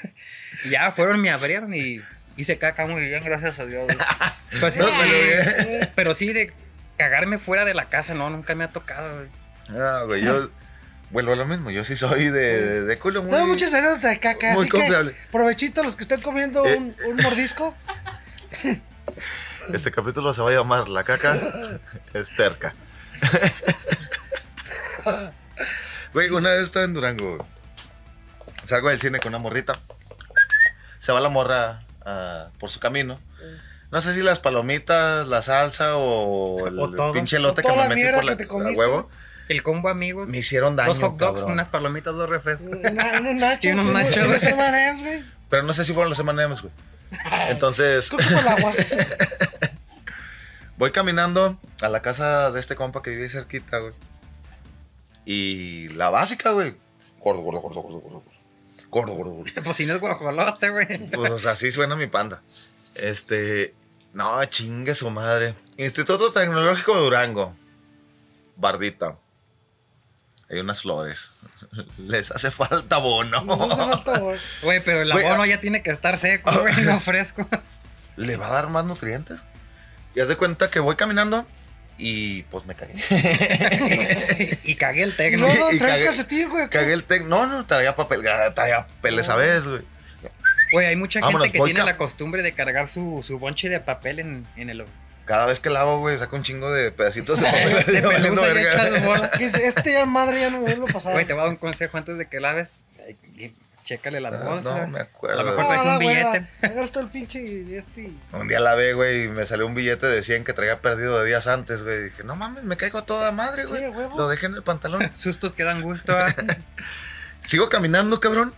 Speaker 3: Y ya fueron, me abrieron y hice caca muy bien, gracias a Dios. güey. Pues,
Speaker 1: No
Speaker 3: sí,
Speaker 1: se lo ve.
Speaker 3: pero sí, de cagarme fuera de la casa, no, nunca me ha tocado. güey.
Speaker 1: No, güey, yo vuelvo a lo mismo. Yo sí soy de, de culo muy.
Speaker 2: Tengo muchas anécdotas de caca.
Speaker 1: muy
Speaker 2: así que
Speaker 1: confiable.
Speaker 2: provechito los que estén comiendo
Speaker 1: Eh.
Speaker 2: un, un mordisco.
Speaker 1: Este capítulo se va a llamar La caca es terca. Güey, una vez estaba en Durango. güey. Salgo del cine con una morrita. Se va la morra ah, por su camino. No sé si las palomitas, la salsa o el
Speaker 3: O todo.
Speaker 1: pinche elote
Speaker 2: O toda
Speaker 1: que me
Speaker 2: la
Speaker 1: metí
Speaker 2: mierda
Speaker 1: por la,
Speaker 2: que te
Speaker 1: la
Speaker 2: comiste,
Speaker 1: huevo.
Speaker 3: El combo amigos,
Speaker 1: Me hicieron daño,
Speaker 3: dos hot dogs,
Speaker 1: cabrón.
Speaker 3: unas palomitas, dos refrescos.
Speaker 2: Una- Unos nachos.
Speaker 3: Y unos nachos,
Speaker 2: unos-
Speaker 3: güey.
Speaker 2: unos M&M's, güey.
Speaker 1: Pero no sé si fueron los M&M's, güey. Entonces,
Speaker 2: Creo que fue el agua.
Speaker 1: voy caminando a la casa de este compa que vive ahí cerquita, güey. Y la básica, güey. Gordo, gordo, gordo, gordo, gordo. gordo. Gordo, gordo, gordo.
Speaker 3: Pues si no es guajolote, güey.
Speaker 1: Pues así suena mi panda. Este. No, chingue su madre. Instituto Tecnológico de Durango. Bardita. Hay unas flores. Les hace falta bono.
Speaker 2: Nos hace falta, güey.
Speaker 3: Güey, pero el
Speaker 1: Güey,
Speaker 3: abono
Speaker 1: ah-
Speaker 3: ya tiene que estar seco, güey, no fresco.
Speaker 1: le va a dar más nutrientes. Y haz de cuenta que voy caminando y pues me cagué.
Speaker 3: y cagué el
Speaker 2: Y
Speaker 3: tecno.
Speaker 2: luego
Speaker 1: Y
Speaker 2: traes
Speaker 1: cagué-
Speaker 2: calcetín, güey.
Speaker 1: Cagué el tec. No, no, traía papel. ah, Traía papel esa vez, güey.
Speaker 3: Güey, hay mucha gente
Speaker 1: Vámonos,
Speaker 3: que
Speaker 1: voy
Speaker 3: tiene
Speaker 1: ca-
Speaker 3: la costumbre de cargar su, su bonche de papel en, en el...
Speaker 1: Cada vez que lavo, güey, saco un chingo de pedacitos de papel.
Speaker 3: Se
Speaker 1: así, valiendo
Speaker 3: pelusa y
Speaker 1: verga.
Speaker 3: echas bola.
Speaker 2: Que dice, Este ya madre ya no me lo pasado.
Speaker 3: Güey, te voy a dar un consejo antes de que laves. Eh, Chécale la
Speaker 1: Ah,
Speaker 3: bolsa.
Speaker 1: no, me acuerdo.
Speaker 3: A lo mejor
Speaker 2: Ah,
Speaker 3: traes un
Speaker 2: la güey,
Speaker 3: billete.
Speaker 2: agarras todo el pinche y este. y-
Speaker 1: Un día lavé, güey, y me salió un billete de 100 que traía perdido de días antes, güey. Dije, no mames, me caigo a toda madre,
Speaker 2: Sí,
Speaker 1: güey.
Speaker 2: a huevo.
Speaker 1: Lo dejé en el pantalón.
Speaker 3: Sustos que dan gusto. ah.
Speaker 1: Sigo caminando, cabrón.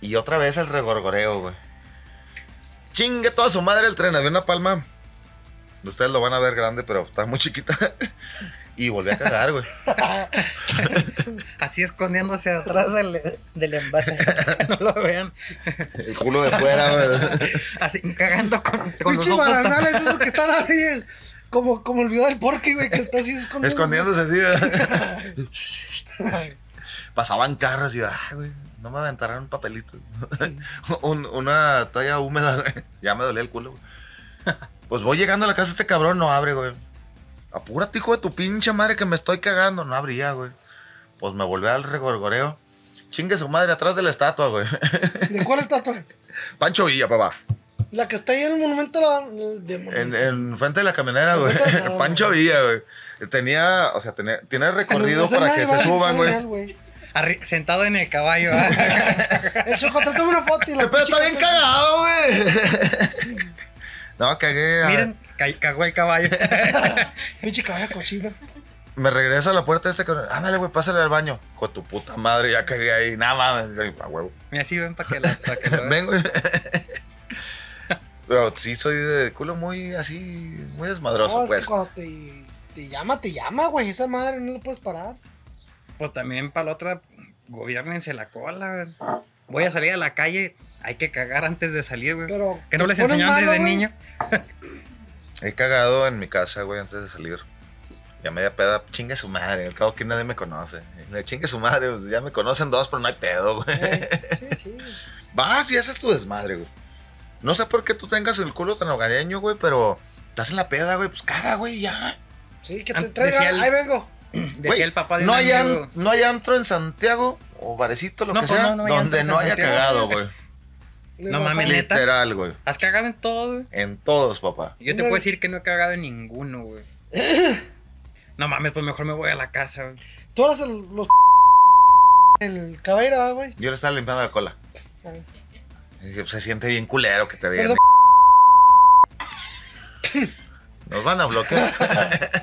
Speaker 1: Y otra vez el regorgoreo, güey. Chingue toda su madre el tren, había una palma. Ustedes lo van a ver grande, pero está muy chiquita. Y volví a cagar, güey.
Speaker 3: Así escondiéndose atrás del, del envase. No lo vean.
Speaker 1: El culo de fuera, güey.
Speaker 3: Así cagando con, con los
Speaker 2: Pinche
Speaker 3: ojos.
Speaker 2: bananales esos que están ahí. el- como, como el video del porky, güey, que está así escondido.
Speaker 1: Escondiéndose así, güey. Pasaban carros y yo, "Ah, güey, no me aventaron un papelito. Un- una toalla húmeda, güey. Ya me dolía el culo, güey. Pues voy llegando a la casa, este cabrón no abre, güey. Apúrate, hijo de tu pinche madre, que me estoy cagando. No abría, güey. Pues me volví al regorgoreo. Chingue su madre atrás de la estatua, güey.
Speaker 2: ¿De cuál estatua?
Speaker 1: Pancho Villa, papá.
Speaker 2: La que está ahí en el monumento a la- de
Speaker 1: En, en frente de la caminera,
Speaker 2: En
Speaker 1: güey.
Speaker 2: frente de la caminera.
Speaker 1: Pancho Villa, güey. Tenía, o sea, tenía, tiene recorrido
Speaker 2: No sé,
Speaker 1: para
Speaker 2: nadie
Speaker 1: que
Speaker 2: va a
Speaker 1: se suban, güey.
Speaker 2: real, güey.
Speaker 3: Arri- sentado en el caballo. ¿ah?
Speaker 2: El choco, trátame una foto y la
Speaker 1: Eh, Pero está
Speaker 2: pinche
Speaker 1: bien
Speaker 2: caca-
Speaker 1: cagado, güey. No, cagué. a-
Speaker 3: Miren, ca- cagó el caballo.
Speaker 2: Pinche caballo cochino.
Speaker 1: Me regreso a la puerta de este cabrón. Ándale, güey, pásale al baño. Con tu puta madre, ya cagué ahí. Nada mames. güey, A huevo.
Speaker 3: Mira, así ven para que, la- pa' que lo vean.
Speaker 1: Ven, güey. Pero sí soy de culo muy así, muy desmadroso,
Speaker 2: No, es
Speaker 1: pues.
Speaker 2: que cuando te, te llama, te llama, güey. Esa madre no la puedes parar.
Speaker 3: Pues también para la otra, gobiernense la cola. güey. Voy a salir a la calle, hay que cagar antes de salir, güey.
Speaker 2: Pero.
Speaker 3: Que no
Speaker 2: te
Speaker 3: les
Speaker 2: pones
Speaker 3: enseñaron
Speaker 2: malo,
Speaker 3: desde
Speaker 2: güey.
Speaker 3: niño.
Speaker 1: He cagado en mi casa, güey, antes de salir. Ya media peda, chingue su madre. Al cabo que nadie me conoce. Le chingue su madre, pues, ya me conocen dos, pero no hay pedo, güey.
Speaker 2: Eh, Sí, sí. güey.
Speaker 1: Vas y haces tu desmadre, güey. No sé por qué tú tengas el culo tan hogareño, güey, pero estás en la peda, güey, pues caga, güey, ya.
Speaker 2: Sí, que
Speaker 3: Ah,
Speaker 2: te traiga.
Speaker 3: decía el-
Speaker 2: Ahí vengo.
Speaker 3: Decía
Speaker 1: Güey,
Speaker 3: el papá de
Speaker 1: no
Speaker 3: un
Speaker 1: hay, an-
Speaker 3: amigo.
Speaker 1: no hay antro en Santiago o barecito, lo
Speaker 3: No,
Speaker 1: que
Speaker 3: pues,
Speaker 1: sea,
Speaker 3: no, no hay
Speaker 1: donde
Speaker 3: antros en
Speaker 1: no haya
Speaker 3: Santiago.
Speaker 1: cagado, güey.
Speaker 3: No
Speaker 2: Gonzalo.
Speaker 3: mames, neta.
Speaker 1: Literal, güey.
Speaker 3: ¿Has cagado en todo? güey?
Speaker 1: En todos, papá.
Speaker 3: Yo te
Speaker 2: No.
Speaker 3: puedo decir que no he cagado en ninguno, güey. No mames, pues mejor me voy a la casa, güey.
Speaker 2: Tú eras el, los. El caballero, ah, güey.
Speaker 1: Yo le estaba limpiando la cola. Y dije, pues, se siente bien culero que te eh. vean.
Speaker 2: Perdón.
Speaker 1: Nos van a bloquear.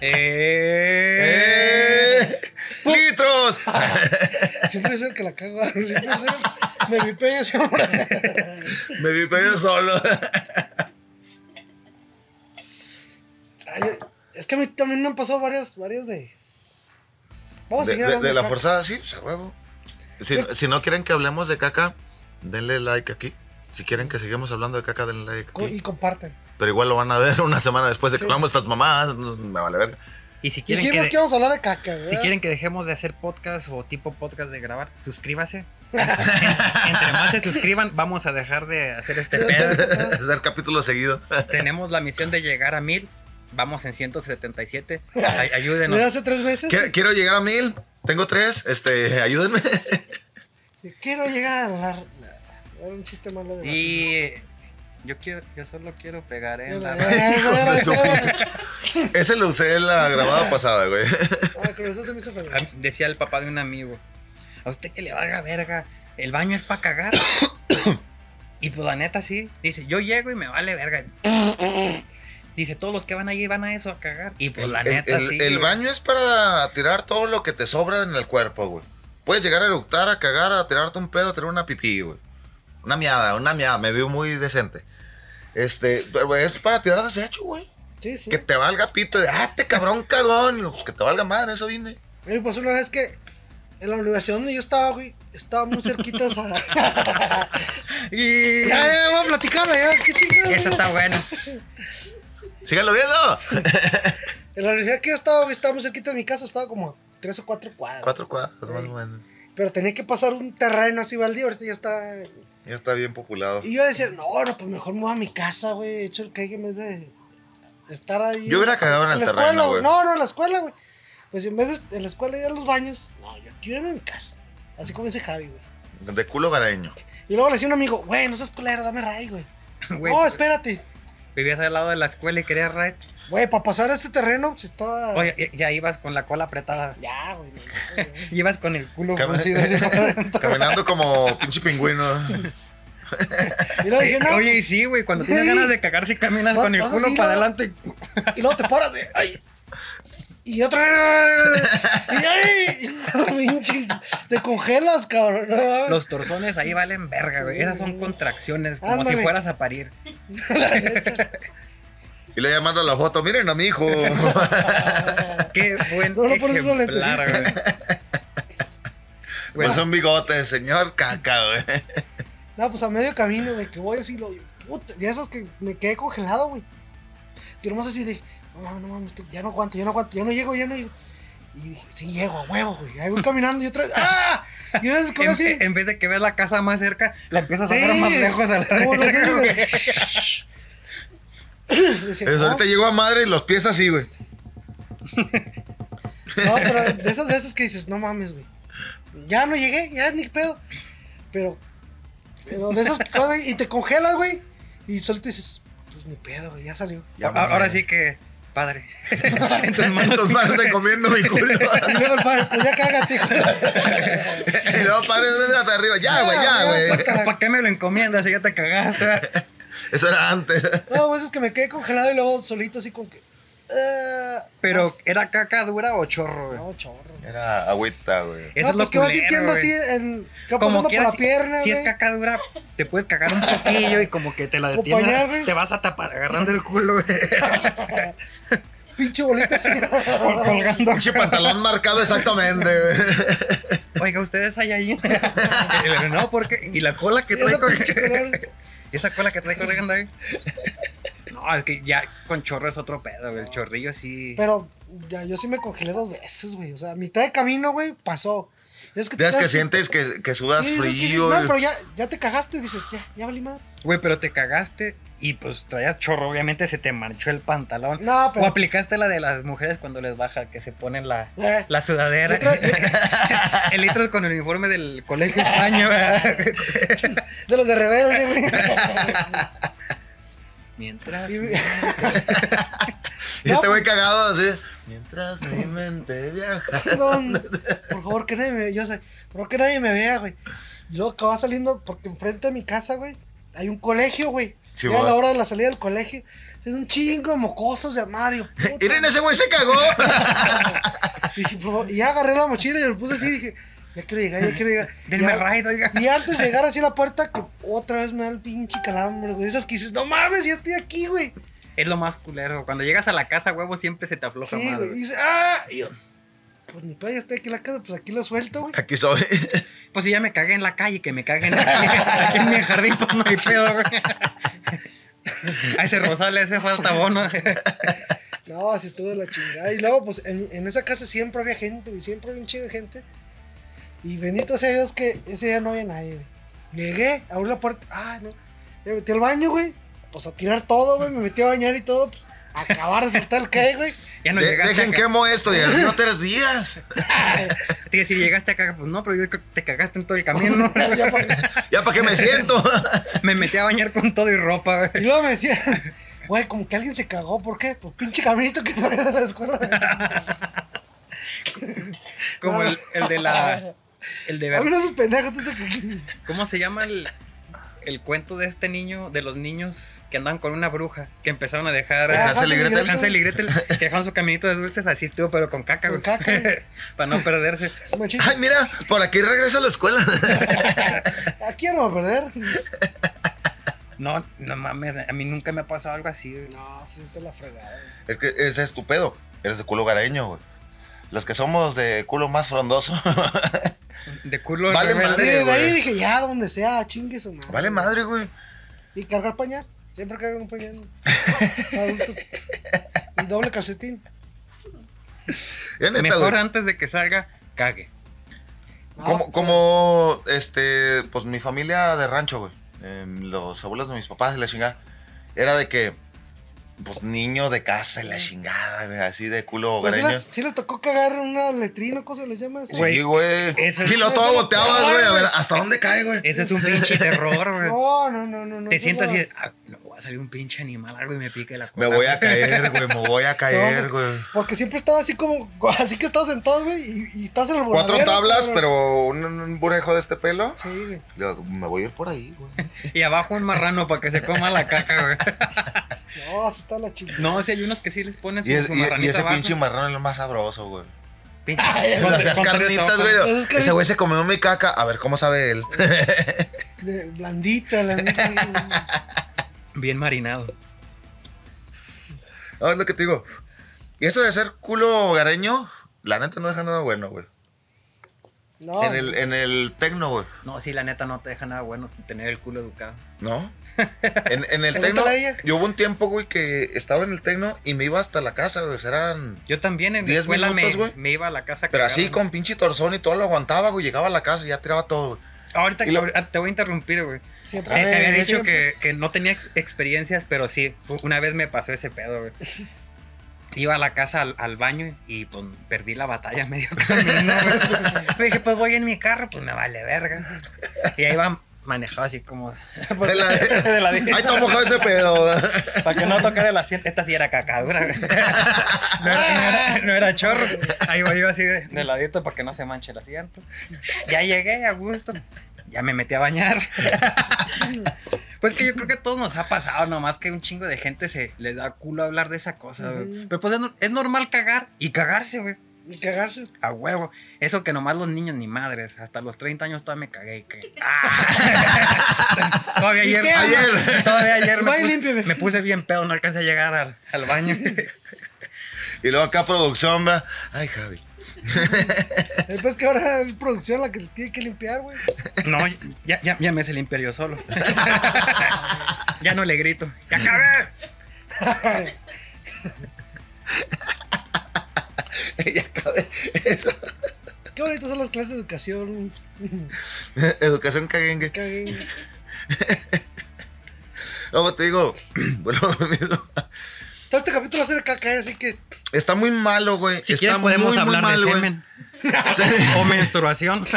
Speaker 3: Eh,
Speaker 1: ¡Eh! ¡Litros!
Speaker 2: Siempre es el que la cago. ah, Siempre es el. Me vi peña, sí,
Speaker 1: Me vi pedo solo.
Speaker 2: Ay, Es que a mí también me han pasado varias, varias de. Vamos a
Speaker 1: De,
Speaker 2: seguir
Speaker 1: de-
Speaker 2: hablando
Speaker 1: de la
Speaker 2: acá.
Speaker 1: forzada, sí, pues, a huevo. Si, si no quieren que hablemos de caca, denle like aquí. Si quieren que sigamos hablando de caca, denle like
Speaker 2: Co-
Speaker 1: aquí.
Speaker 2: Y comparten.
Speaker 1: Pero igual lo van a ver una semana después de que
Speaker 2: Sí.
Speaker 1: hagamos estas mamadas. no, Me vale verga.
Speaker 3: y si quieren, que
Speaker 2: Dijimos
Speaker 3: de-
Speaker 2: que, íbamos a hablar de caca, güey.
Speaker 3: si quieren que dejemos de hacer podcast o tipo podcast de grabar, suscríbase. Entre más se suscriban, vamos a dejar de hacer este pedo.
Speaker 2: Ah.
Speaker 1: Es el capítulo seguido.
Speaker 3: Tenemos la misión de llegar a mil. Vamos en 177. Ay- ayúdenos.
Speaker 2: Desde hace tres meses.
Speaker 1: Quiero, quiero llegar a mil. Tengo tres. Este, ayúdenme.
Speaker 2: Quiero llegar a la. Era un chiste malo de
Speaker 3: Y eh, yo quiero, yo solo quiero pegar en la
Speaker 1: Hijos de su
Speaker 2: Ah,
Speaker 1: pinche- Ese lo usé en la grabada pasada, güey.
Speaker 2: pero eso se me hizo feo.
Speaker 3: A- Decía el papá de un amigo. A usted que le valga verga. El baño es para cagar. y pues la neta sí. Dice, yo llego y me vale verga. Dice, todos los que van allí van a eso a cagar. Y pues la
Speaker 1: El- el-
Speaker 3: neta
Speaker 1: el,
Speaker 3: sí.
Speaker 1: el
Speaker 3: güey.
Speaker 1: baño es para tirar todo lo que te sobra en el cuerpo, güey. Puedes llegar a eructar, a cagar, a tirarte un pedo, a tirar una pipí, güey. Una miada, una miada. Me veo muy decente. Este, pero es para tirar desecho, güey.
Speaker 2: Sí, sí.
Speaker 1: Que te valga pito. de, ah, este cabrón cagón. Y yo, Pues que te valga madre, eso vine.
Speaker 2: Eh, pues una vez que en la universidad donde yo estaba, güey, estaba muy cerquita esa.
Speaker 3: Y-
Speaker 2: ya, ya, vamos a platicarla, ya. Qué chingada,
Speaker 3: Eso
Speaker 2: güey.
Speaker 3: está bueno.
Speaker 1: Síganlo viendo.
Speaker 2: En la universidad que yo estaba, güey, estaba muy cerquita de mi casa, estaba como a tres o cuatro cuadras.
Speaker 1: Cuatro cuadras, más
Speaker 2: Sí.
Speaker 1: o menos.
Speaker 2: Pero tenía que pasar un terreno así baldío, ahorita ya está.
Speaker 1: Ya está bien populado.
Speaker 2: Y yo decía, no, no, pues mejor me voy a mi casa, güey. De hecho, el que en vez de estar ahí.
Speaker 1: Yo hubiera cagado en el
Speaker 2: la
Speaker 1: terreno,
Speaker 2: escuela,
Speaker 1: güey.
Speaker 2: No, no, en la escuela, güey. Pues en vez de en la escuela ir a los baños, no, yo quiero ir a mi casa. Así como dice Javi, güey.
Speaker 1: De culo garaño.
Speaker 2: Y luego le decía a un amigo, güey, no seas culero, dame ray, güey.
Speaker 3: Güey,
Speaker 2: No, espérate.
Speaker 3: vivías al lado de la escuela y querías raid.
Speaker 2: Güey, para pasar ese terreno, si estaba.
Speaker 3: Oye, ya- ya ibas con la cola apretada.
Speaker 2: Ya, güey.
Speaker 3: Y Ibas con el culo
Speaker 1: Cam-
Speaker 3: fruncido.
Speaker 1: Caminando como pinche pingüino.
Speaker 2: Y luego dije, no. pues,
Speaker 3: Oye, y sí, güey, cuando tienes
Speaker 2: Sí.
Speaker 3: ganas de cagar, si caminas
Speaker 2: Vas-
Speaker 3: con el
Speaker 2: vas
Speaker 3: culo
Speaker 2: así,
Speaker 3: para
Speaker 2: ¿no?
Speaker 3: adelante.
Speaker 2: Y luego te paras de. Ay. Y otra. y ay, pinche, te congelas, cabrón. No,
Speaker 3: Los torsones ahí valen verga, güey.
Speaker 2: Sí.
Speaker 3: Esas son contracciones, como
Speaker 2: Ándale.
Speaker 3: si fueras a parir.
Speaker 2: la neta.
Speaker 1: Y le llamando a la foto, miren a mi hijo.
Speaker 3: Qué buen
Speaker 2: No, no pones unos
Speaker 3: ejemplar, güey.
Speaker 1: Pues
Speaker 3: Güey,
Speaker 1: son bigotes, señor caca, güey.
Speaker 2: No, pues a medio camino, güey, que voy así, lo puta, ya esas que me quedé congelado, güey. Yo nomás así de, no mames, no mames, ya no aguanto, ya no aguanto, ya no llego, ya no llego. Y dije, sí llego, a huevo, güey. Ahí voy caminando y otra vez, ¡ah! Y una vez que voy
Speaker 3: en,
Speaker 2: así,
Speaker 3: en vez de que veas la casa más cerca, la empiezas a
Speaker 2: Sí.
Speaker 3: ver más lejos a la
Speaker 2: Como los
Speaker 3: verga,
Speaker 2: niños,
Speaker 3: güey.
Speaker 2: decía,
Speaker 1: Desde
Speaker 2: no,
Speaker 1: Pues ahorita llegó a madre y los pies así, güey.
Speaker 2: no, pero de esas veces que dices, no mames, güey. Ya no llegué, ya ni pedo. Pero, pero de esas cosas, y te congelas, güey. Y solo te dices, pues ni pedo, güey, ya salió.
Speaker 1: Ya,
Speaker 3: A- Ahora sí que, padre. en tus manos.
Speaker 1: Estos manos se comiendo mi culo.
Speaker 2: Y luego el padre, pues ya cágate, hijo.
Speaker 1: y luego padre, ven hasta arriba. Ya, güey,
Speaker 2: Ya,
Speaker 1: ya,
Speaker 2: ya,
Speaker 1: güey.
Speaker 3: ¿Para qué me lo encomiendas? Si ya te cagaste.
Speaker 1: Eso era antes.
Speaker 2: No, pues es que me quedé congelado y luego solito así como que. ah,
Speaker 3: Pero,
Speaker 2: ah,
Speaker 3: ¿era caca dura o chorro, güey?
Speaker 2: No, chorro.
Speaker 1: Era agüita, güey.
Speaker 3: Eso
Speaker 2: no,
Speaker 3: es lo
Speaker 2: pues que vas
Speaker 3: culero,
Speaker 2: sintiendo
Speaker 3: güey.
Speaker 2: así en. Que va pasando por
Speaker 3: quieras,
Speaker 2: la
Speaker 3: si-
Speaker 2: pierna,
Speaker 3: Si,
Speaker 2: güey.
Speaker 3: es caca dura, te puedes cagar un poquillo y como que te la
Speaker 2: O
Speaker 3: detienes.
Speaker 2: pañal, güey.
Speaker 3: te vas a tapar agarrando el culo, güey.
Speaker 2: Pinche bolita así.
Speaker 3: colgando.
Speaker 1: Pinche pantalón marcado exactamente, güey.
Speaker 3: Oiga, ¿ustedes hay ahí? Pero no, porque. Y la cola que trae
Speaker 2: Esa
Speaker 3: con.
Speaker 2: pinche color.
Speaker 3: Esa cola que trae colgando ahí. No, es que ya con chorro es otro pedo, güey. El chorrillo sí.
Speaker 2: Pero ya, yo sí me congelé dos veces, güey. O sea, a mitad de camino, güey, pasó. Es que, te
Speaker 1: Días que
Speaker 2: quedas así-
Speaker 1: sientes que, que sudas
Speaker 2: Sí, es que dices,
Speaker 1: frío.
Speaker 2: no, pero ya, ya te cagaste y dices, ya, ya valí madre.
Speaker 3: Güey, pero te cagaste y pues traías chorro. Obviamente se te manchó el pantalón.
Speaker 2: No, pero.
Speaker 3: O aplicaste la de las mujeres cuando les baja, que se ponen la,
Speaker 2: Eh.
Speaker 3: la sudadera.
Speaker 2: Yo tra-
Speaker 3: el litro es con el uniforme del colegio España. ¿verdad?
Speaker 2: De los de rebelde, güey.
Speaker 3: Mientras.
Speaker 2: Y-
Speaker 1: y este güey cagado así. Mientras mi mente viaja.
Speaker 2: Perdón. Por favor, que nadie me vea. Yo sé, por favor, que nadie me vea, güey. Y luego acababa saliendo, porque enfrente de mi casa, güey, hay un colegio, güey.
Speaker 1: Sí,
Speaker 2: Ya a
Speaker 1: va.
Speaker 2: la hora de la salida del colegio, es un chingo de mocosos de armario. puta.
Speaker 1: Miren, ese güey se cagó.
Speaker 2: Dije, por favor, y ya agarré la mochila y me puse así, dije, ya quiero llegar, ya quiero llegar.
Speaker 3: Denme
Speaker 2: Ya-
Speaker 3: raid, oiga.
Speaker 2: Y antes de llegar así a la puerta, que otra vez me da el pinche calambre, güey. Esas que dices, no mames, ya estoy aquí, güey.
Speaker 3: Es lo más culero. Cuando llegas a la casa, huevo, siempre se te afloja
Speaker 2: Sí,
Speaker 3: más.
Speaker 2: güey. Y
Speaker 3: güey.
Speaker 2: dices, ah, y yo, pues ni pedo, ya estoy aquí en la casa, pues aquí lo suelto, güey.
Speaker 1: Aquí soy.
Speaker 3: Pues si ya me cagué en la calle, que me cagué en la calle. Aquí en mi jardín, pues no hay pedo, güey. A ese rosal le hace falta bono.
Speaker 2: No, así estuvo de la chingada. Y luego, pues, en, en esa casa siempre había gente, güey. Siempre había un chingo de gente. Y bendito sea Dios que ese día no había nadie, güey. Llegué, abrí la puerta. Ah, no. Me metí al baño, güey. Pues a tirar todo, güey. Me metí a bañar y todo. Pues a acabar de soltar el que, güey.
Speaker 3: Ya no
Speaker 1: De-
Speaker 3: llegaste
Speaker 1: dejen
Speaker 3: acá.
Speaker 1: quemo esto y así no tres días.
Speaker 3: Te- Si llegaste acá, pues no, pero yo creo que te cagaste en todo el camino. ¿no?
Speaker 2: Ya pa-
Speaker 1: Ya para qué me siento.
Speaker 3: Me metí a bañar con todo y ropa, güey.
Speaker 2: y luego me decía, güey, como que alguien se cagó. ¿Por qué? Pues pinche caminito que traes de la escuela.
Speaker 3: Como el, el de la. El de
Speaker 2: A
Speaker 3: ver-
Speaker 2: mí no esos pendejos. tú te-
Speaker 3: ¿Cómo se llama el, el cuento de este niño, de los niños que andaban con una bruja, que empezaron a dejar
Speaker 1: Ah,
Speaker 3: a
Speaker 1: Hansel y Gretel.
Speaker 3: Hansel y Gretel, que dejaron su caminito de dulces así, tío, pero con caca,
Speaker 2: Con
Speaker 3: güey.
Speaker 2: caca, güey.
Speaker 3: Para no perderse.
Speaker 2: Machín.
Speaker 1: Ay, mira, por aquí regreso a la escuela.
Speaker 2: Aquí ya no va a perder.
Speaker 3: No, no mames, a mí nunca me ha pasado algo así. güey.
Speaker 2: No, se siente la fregada. güey.
Speaker 1: Es que ese es tu pedo. Eres de culo gareño, güey. Los que somos de culo más frondoso.
Speaker 3: De culo.
Speaker 1: Vale
Speaker 3: rebelde.
Speaker 1: madre.
Speaker 2: desde
Speaker 1: güey.
Speaker 2: ahí dije, ya, donde sea, chingue su madre.
Speaker 1: vale madre, güey.
Speaker 2: Y cargar pañal. Siempre cargan un pañal. Para adultos. Y doble calcetín.
Speaker 1: Ya neta,
Speaker 3: Mejor
Speaker 1: güey.
Speaker 3: antes de que salga, cague.
Speaker 2: No,
Speaker 1: Como, como, este, pues mi familia de rancho, güey. em, los abuelos de mis papás y la chingada. Era de que, pues niño de casa y la chingada, güey. Así de culo
Speaker 3: Pues
Speaker 2: Pero
Speaker 1: gareño.
Speaker 2: pues sí les, sí les tocó cagar una letrina, cosa les llama eso.
Speaker 1: Sí, güey.
Speaker 3: eso es-
Speaker 1: Y lo todo
Speaker 2: eso-
Speaker 1: boteabas,
Speaker 2: Ay,
Speaker 1: güey. A ver,
Speaker 2: güey.
Speaker 1: ¿hasta dónde cae, güey?
Speaker 3: Eso es un pinche terror, güey.
Speaker 2: No, no, no, no, no.
Speaker 3: Te
Speaker 2: eso
Speaker 3: sientas
Speaker 2: es
Speaker 3: así,
Speaker 2: la-
Speaker 3: ah, no, va a salir un pinche animal, algo y me pique la
Speaker 1: Me
Speaker 3: cola.
Speaker 1: voy a caer, güey, me voy a caer,
Speaker 2: No,
Speaker 1: güey.
Speaker 2: Porque siempre estaba así como, así que estaba sentado, güey, y, y estás en el
Speaker 1: Cuatro
Speaker 2: burladero,
Speaker 1: tablas,
Speaker 2: cabrón.
Speaker 1: pero un, un burejo de este pelo.
Speaker 2: Sí, güey.
Speaker 1: Yo, Me voy a ir por ahí, güey.
Speaker 3: Y abajo un marrano para que se coma la caca, güey.
Speaker 2: No, así está la chingada.
Speaker 3: No, si hay unos que sí les ponen su,
Speaker 1: Y, es-
Speaker 3: su
Speaker 1: y- y
Speaker 3: marranita
Speaker 1: ese
Speaker 3: abajo.
Speaker 1: pinche marrón es lo más sabroso, güey.
Speaker 3: Pinche- con
Speaker 1: Las
Speaker 3: tres-
Speaker 1: esas
Speaker 3: con tres
Speaker 1: carnitas,
Speaker 3: ojos.
Speaker 1: güey.
Speaker 2: Esas carnitas.
Speaker 1: Ese güey se comió mi caca. A ver, ¿cómo sabe él?
Speaker 2: De- Blandita, blandita. güey.
Speaker 3: Bien marinado.
Speaker 1: No, es lo que te digo. Y eso de ser culo hogareño, la neta no deja nada bueno, güey.
Speaker 3: Oh.
Speaker 2: No,
Speaker 1: En el, en el tecno, güey.
Speaker 3: No, sí, la neta no te deja nada bueno sin tener el culo educado.
Speaker 1: ¿No? En, en el
Speaker 2: Pregúntale
Speaker 1: tecno.
Speaker 2: a ella.
Speaker 1: Yo hubo un tiempo, güey, que estaba en el tecno y me iba hasta la casa, güey. Pues Eran.
Speaker 3: Yo también en la
Speaker 1: Diez
Speaker 3: escuela me-
Speaker 1: minutos, güey.
Speaker 3: me, iba a la casa.
Speaker 1: Pero
Speaker 3: cagado,
Speaker 1: así
Speaker 3: ¿no?
Speaker 1: con pinche torzón y todo lo aguantaba, güey. Llegaba a la casa y ya tiraba todo, güey.
Speaker 3: Ahorita
Speaker 1: y lo-
Speaker 3: ahorita te voy a interrumpir, güey. Te,
Speaker 2: siempre.
Speaker 1: Otra
Speaker 3: te había
Speaker 1: vez,
Speaker 3: dicho
Speaker 1: siempre.
Speaker 3: que, que no tenía ex- experiencias, pero sí, fu- una vez me pasó ese pedo, güey. Iba a la casa al, al baño y pues, perdí la batalla medio camino, güey. Me dije, pues voy en mi carro, pues me vale verga. Y ahí va manejado así como...
Speaker 1: De la-
Speaker 3: de la-
Speaker 1: Ay, está mojado ese pedo. güey.
Speaker 3: Para que no tocara el asiento. Esta sí era cacadura, güey. No era, no era- no era chorro. Ahí voy yo así de, de ladito para que no se manche el asiento. Ya llegué a gusto. Ya me metí a bañar. Pues que yo creo que a todos nos ha pasado, nomás que un chingo de gente se les da culo hablar de esa cosa, güey.
Speaker 2: Ujú.
Speaker 3: Pero pues es, no- es normal cagar y cagarse, güey.
Speaker 2: Y cagarse.
Speaker 3: A huevo. Eso que nomás los niños ni madres. Hasta los 30 años todavía me cagué. y que- ¡Ah! todavía
Speaker 2: ¿Y
Speaker 3: ayer.
Speaker 2: qué?
Speaker 3: ayer- Todavía ayer me
Speaker 2: Va y
Speaker 3: puse,
Speaker 2: límpiame.
Speaker 3: me puse bien pedo. No alcancé a llegar al, al baño.
Speaker 1: Y luego acá producción, va. Ay, Javi.
Speaker 2: Después que ahora es producción la que tiene que limpiar, güey.
Speaker 3: No, ya, ya, ya me se limpiar yo solo. ya no le grito. ¡Ya cagué!
Speaker 1: ya acabé. Eso.
Speaker 2: Qué bonitas son las clases de educación.
Speaker 1: Educación caguengue.
Speaker 2: Cagué.
Speaker 1: Luego pues, te digo, bueno, lo mismo.
Speaker 2: Todo este capítulo va a ser caca, así que
Speaker 1: está muy malo, güey.
Speaker 3: Si
Speaker 1: está
Speaker 3: quieren podemos
Speaker 1: muy, muy
Speaker 3: hablar
Speaker 1: mal,
Speaker 3: de
Speaker 1: güey.
Speaker 3: semen.
Speaker 1: Sí.
Speaker 3: o menstruación.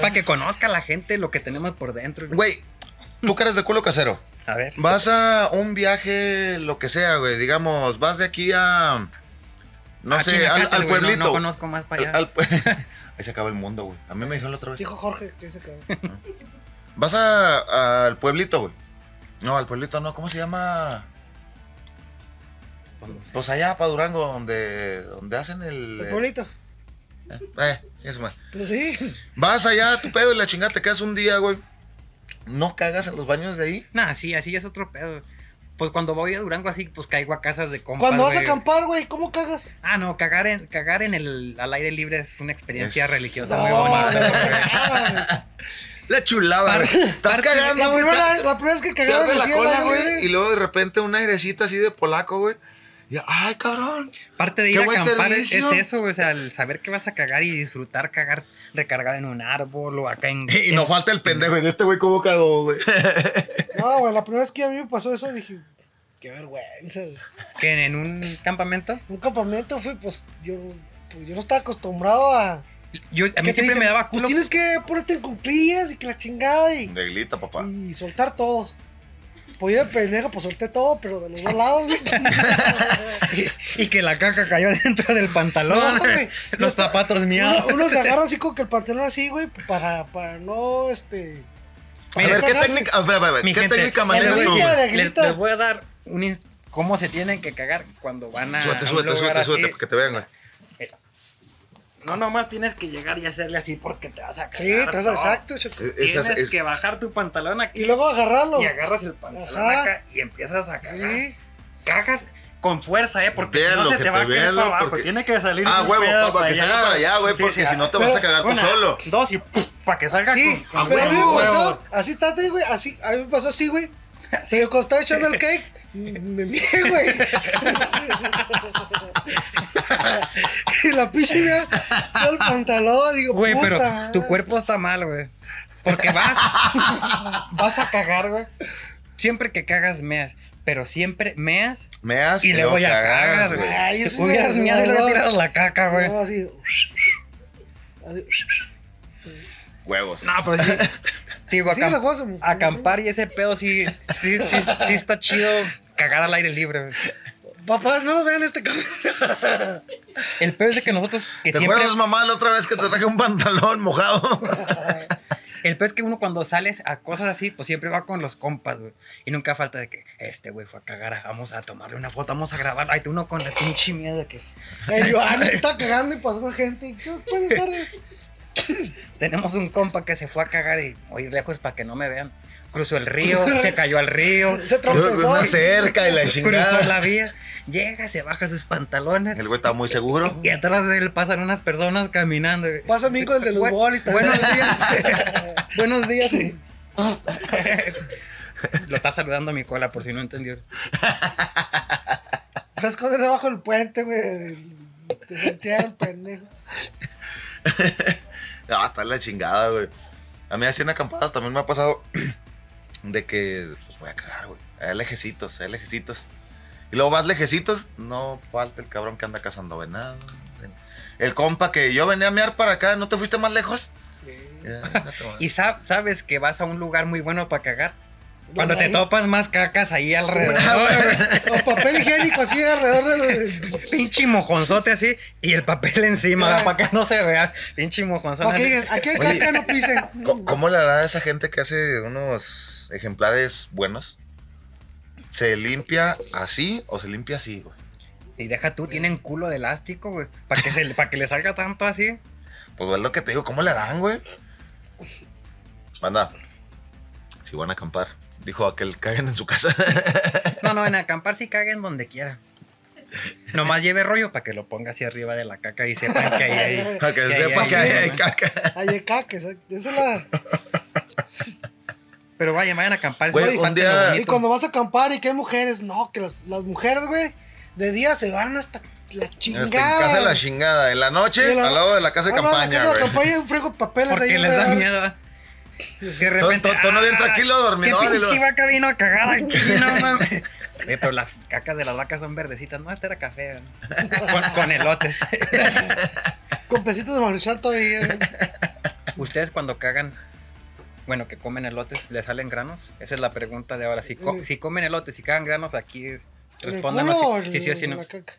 Speaker 3: Para que conozca la gente lo que tenemos por dentro.
Speaker 1: Güey, tú que eres de culo casero.
Speaker 3: A ver.
Speaker 1: Vas a un viaje, lo que sea, güey. Digamos, vas de aquí a. No
Speaker 3: A
Speaker 1: sé, al,
Speaker 3: Chinacate,
Speaker 1: al
Speaker 3: güey,
Speaker 1: pueblito.
Speaker 3: No, no conozco más para
Speaker 1: Al-
Speaker 3: allá.
Speaker 1: al pue- Ahí se acaba el mundo, güey. A mí me dijeron la otra vez.
Speaker 2: dijo Jorge que se cagó.
Speaker 1: Vas a, al pueblito, güey. No, al pueblito no. ¿Cómo se llama? Pues allá para Durango, donde, donde hacen el.
Speaker 2: El pueblito.
Speaker 1: Eh, eso, más.
Speaker 2: Pero sí.
Speaker 1: Vas allá a tu pedo y la chingada te quedas un día, güey. No cagas en los baños de ahí.
Speaker 3: Nah, sí, así es otro pedo. Pues cuando voy a Durango así, pues caigo a casas de compas.
Speaker 2: Cuando vas a
Speaker 3: güey.
Speaker 2: acampar, güey, ¿cómo cagas?
Speaker 3: Ah, no, cagar en, cagar en el al aire libre es una experiencia
Speaker 1: Es-
Speaker 3: religiosa
Speaker 2: No,
Speaker 3: muy
Speaker 2: no,
Speaker 3: bonita. güey.
Speaker 2: no.
Speaker 1: La chulada,
Speaker 3: Par-
Speaker 1: güey. Estás
Speaker 3: parte de-
Speaker 1: cagando,
Speaker 2: La
Speaker 1: güey. te-
Speaker 2: primera, la primera vez que
Speaker 1: te arde
Speaker 2: cagaron así
Speaker 1: la
Speaker 2: al
Speaker 1: cola,
Speaker 2: aire
Speaker 1: güey.
Speaker 2: libre.
Speaker 1: Y luego de repente un airecito así de polaco, güey. Y, ay, cabrón.
Speaker 3: Parte de
Speaker 1: Qué
Speaker 3: ir a
Speaker 1: buen
Speaker 3: acampar es,
Speaker 1: servicio.
Speaker 3: es eso, güey, o sea, el saber que vas a cagar y disfrutar cagar recargado en un árbol o acá en...
Speaker 1: Y no falta el pendejo en este güey como cagó, güey.
Speaker 2: No, güey, la primera vez que a mí me pasó eso dije, qué vergüenza. güey.
Speaker 3: que en un campamento.
Speaker 2: Un campamento fui, pues yo, pues, yo no estaba acostumbrado a.
Speaker 3: Yo, a mí
Speaker 2: ¿Qué te
Speaker 3: siempre
Speaker 2: dicen?
Speaker 3: me daba
Speaker 2: Pues
Speaker 3: culo.
Speaker 2: tienes que ponerte en cuclillas y que la chingada y,
Speaker 1: Neglita, papá.
Speaker 2: y soltar todo. Pues yo de pendejo, pues solté todo, pero de los dos lados, güey.
Speaker 3: Y que la caca cayó dentro del pantalón.
Speaker 2: No, güey.
Speaker 3: los zapatos míos.
Speaker 2: Uno, uno se agarra así como que el pantalón así, güey, para, para no, este...
Speaker 1: A ver, ¿qué
Speaker 2: Mira,
Speaker 1: técnica, a ver, a ver, a ver,
Speaker 3: Mi
Speaker 1: ¿qué
Speaker 3: gente,
Speaker 1: técnica
Speaker 3: les
Speaker 1: manejas
Speaker 3: voy
Speaker 1: tú?
Speaker 3: a-
Speaker 2: güey?
Speaker 3: les-
Speaker 2: De grito.
Speaker 3: Les, voy a dar un ins- cómo se tienen que cagar cuando van a.
Speaker 1: Súbete,
Speaker 3: a Ah, un
Speaker 1: súbete,
Speaker 3: lugar
Speaker 1: súbete,
Speaker 3: así.
Speaker 1: súbete, para que te vean, güey.
Speaker 3: No, nomás tienes que llegar y hacerle así porque te vas a cagar.
Speaker 2: Sí, te vas a-
Speaker 3: no.
Speaker 2: exacto, choco.
Speaker 1: Es- es-
Speaker 3: Tienes
Speaker 1: es-
Speaker 3: que bajar tu pantalón aquí
Speaker 2: Y luego agarrarlo.
Speaker 3: y agarras el pantalón
Speaker 2: Ajá.
Speaker 3: acá y empiezas a cagar.
Speaker 2: Sí.
Speaker 3: Cagas con fuerza, ¿eh? Porque si
Speaker 1: Véalo,
Speaker 3: no se
Speaker 1: que
Speaker 3: te va a
Speaker 1: te
Speaker 3: caer
Speaker 1: véalo,
Speaker 3: para abajo.
Speaker 1: porque-
Speaker 3: Tiene que salir.
Speaker 1: Ah,
Speaker 3: un
Speaker 1: huevo,
Speaker 3: pedo
Speaker 1: pa- para que salga para allá, güey,
Speaker 3: Sí,
Speaker 1: porque
Speaker 3: sí,
Speaker 1: si no te
Speaker 3: pero-
Speaker 1: vas a cagar tú
Speaker 3: una,
Speaker 1: solo.
Speaker 3: Dos y ¡puf! para que salga
Speaker 2: Sí,
Speaker 3: con, con
Speaker 2: pero a mí me
Speaker 3: huevo.
Speaker 2: pasó, así tate, güey, así, a mí me pasó así, güey. Se me costó echando el cake, m- me miré, güey. y la pinche mía, todo el pantalón, digo,
Speaker 3: Güey,
Speaker 2: puta
Speaker 3: pero
Speaker 2: madre.
Speaker 3: tu cuerpo está mal, güey. Porque vas, vas a cagar, güey. Siempre que cagas, meas. Pero siempre meas
Speaker 1: Meas
Speaker 3: y luego ya cagas, güey.
Speaker 2: Ay,
Speaker 3: Te
Speaker 2: eso
Speaker 3: hubieras
Speaker 2: es
Speaker 3: meado y luego
Speaker 2: verdad.
Speaker 3: tiras la caca, güey.
Speaker 2: No, así. así,
Speaker 1: Huevos.
Speaker 3: No, pero sí. Te digo,
Speaker 2: Sí,
Speaker 3: acam-
Speaker 2: los juegos de-
Speaker 3: acampar y ese pedo sí, sí, sí, sí está chido cagar al aire libre. güey.
Speaker 2: Papás, no nos vean este cabrón.
Speaker 3: El pedo es de que nosotros, que
Speaker 1: ¿Te
Speaker 3: siempre,
Speaker 1: acuerdas, mamá, la otra vez que te traje un pantalón mojado?
Speaker 3: el pedo es que uno cuando sales a cosas así, pues siempre va con los compas, güey. Y nunca falta de que, este güey fue a cagar, vamos a tomarle una foto, vamos a grabar. Ay, tú uno con la pinche miedo de que
Speaker 2: El Joan "Ah, está cagando y pasó gente. ¿Qué? Buenas tardes.
Speaker 3: tenemos un compa que se fue a cagar y oír lejos para que no me vean. Cruzó el río, se cayó al río,
Speaker 2: Se trompezó.
Speaker 1: Una cerca y la
Speaker 3: cruzó
Speaker 1: chingada.
Speaker 3: la vía, llega, se baja sus pantalones.
Speaker 1: El güey estaba muy seguro.
Speaker 3: Y atrás de él pasan unas personas caminando. güey.
Speaker 2: Pasa bien con el de los
Speaker 3: Bu-
Speaker 2: bolis también.
Speaker 3: Buenos días. Buenos días. Lo está saludando mi cola, por si no entendió.
Speaker 2: Fue a esconder debajo del puente, güey. del- De Santiago, el pendejo.
Speaker 1: Ah, está la chingada, güey. A mí así en acampadas también me ha pasado de que pues voy a cagar, güey. Hay lejecitos, hay lejecitos. Y luego vas lejecitos, no falta el cabrón que anda cazando venado. El compa que yo venía a mear para acá, ¿no te fuiste más lejos? Ya, ya te vas.
Speaker 3: Y sab- sabes que vas a un lugar muy bueno para cagar. Cuando te
Speaker 2: Ahí.
Speaker 3: topas más cacas ahí alrededor. güey.
Speaker 2: O papel higiénico así alrededor del.
Speaker 3: Pinche mojonzote así y el papel encima para que no se vea. Pinche mojonzote.
Speaker 2: Para que digan, aquí hay
Speaker 1: Pues, Oye.
Speaker 2: caca, no pisen.
Speaker 1: Co- ¿Cómo le hará a esa gente que hace unos ejemplares buenos? ¿Se limpia así o se limpia así, güey?
Speaker 3: Y deja tú, tienen culo de elástico, güey. Para que, se- pa' que le salga tanto así.
Speaker 1: Pues es lo que te digo, ¿cómo le harán, güey? Manda, si van a acampar, dijo aquel, caguen en su casa.
Speaker 3: No, no, en acampar sí caguen donde quiera. Nomás lleve rollo para que lo ponga así arriba de la caca y sepan que ahí hay.
Speaker 1: Para que
Speaker 3: que ahí
Speaker 1: sepa
Speaker 3: hay
Speaker 1: que ahí
Speaker 3: una,
Speaker 1: hay
Speaker 3: ¿no?
Speaker 1: caca.
Speaker 2: Ahí hay caca, esa esa es la.
Speaker 3: Pero vaya, vayan a acampar.
Speaker 1: Güey,
Speaker 3: eso es
Speaker 1: un
Speaker 3: parte de
Speaker 1: día-
Speaker 3: lo
Speaker 2: Y
Speaker 3: bonito.
Speaker 2: cuando vas a acampar y que hay mujeres, no, que las, las mujeres, güey, de día se van hasta la
Speaker 1: Hasta
Speaker 2: chingada.
Speaker 1: Este, en casa de la chingada. En la noche,
Speaker 2: De la-
Speaker 1: al lado de la casa de
Speaker 2: Ah, no, En la
Speaker 1: campaña,
Speaker 2: casa de
Speaker 1: güey.
Speaker 2: campaña hay un friego de papeles
Speaker 3: Porque
Speaker 2: ahí.
Speaker 3: les da
Speaker 2: güey.
Speaker 3: miedo. De repente.
Speaker 1: Tú- tú- tú no bien
Speaker 3: ¡ah!
Speaker 1: tranquilo, dormidor, y
Speaker 3: ¿Qué pinche
Speaker 1: luego-
Speaker 3: vaca vino a cagar aquí? No mames. Oye, pero las cacas de las vacas son verdecitas. No, esta era café. ¿no? Con, con elotes.
Speaker 2: Con pesitos de maruchan todavía. güey.
Speaker 3: Ustedes cuando cagan. Bueno, que comen elotes, ¿le salen granos? Esa es la pregunta de ahora. Si, co- si comen elotes, si cagan granos, aquí
Speaker 2: ¿En el
Speaker 3: respóndanos
Speaker 2: culo o
Speaker 3: si,
Speaker 2: en
Speaker 3: si sí o si no.
Speaker 2: la caca?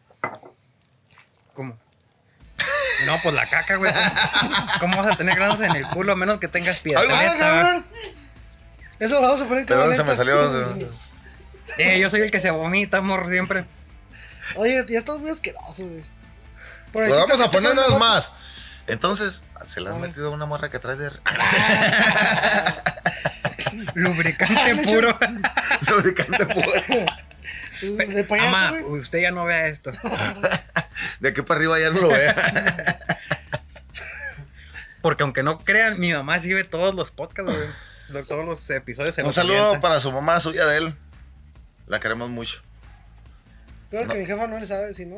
Speaker 3: ¿Cómo? No, pues la caca, güey. ¿Cómo vas a tener granos en el culo a menos que tengas piedad?
Speaker 1: Ay,
Speaker 2: Ah, cabrón. Eso lo vamos a poner en
Speaker 1: Perdón, se
Speaker 2: cámara
Speaker 1: me
Speaker 2: lenta.
Speaker 1: salió, pues
Speaker 3: Eh, yo soy el que se vomita, amor, siempre.
Speaker 2: Oye, ya estás muy asqueroso, güey. Por ahí
Speaker 1: Pues
Speaker 2: sí
Speaker 1: vamos
Speaker 2: te-
Speaker 1: a ponernos
Speaker 2: te-
Speaker 1: más. Entonces, se le
Speaker 2: A
Speaker 1: han
Speaker 2: ver.
Speaker 1: metido una morra que trae de
Speaker 3: Lubricante puro.
Speaker 1: lubricante puro.
Speaker 2: De
Speaker 3: Ama,
Speaker 2: payaso, güey.
Speaker 3: usted ya no vea esto.
Speaker 1: De aquí para arriba ya no lo vea.
Speaker 3: Porque aunque no crean, mi mamá sí ve todos los podcasts, güey. Lo- Todos los episodios. se
Speaker 1: Un
Speaker 3: los
Speaker 1: saludo
Speaker 3: avienta.
Speaker 1: para su mamá, suya de él. La queremos mucho.
Speaker 2: Peor que mi jefa no le sabe, si no.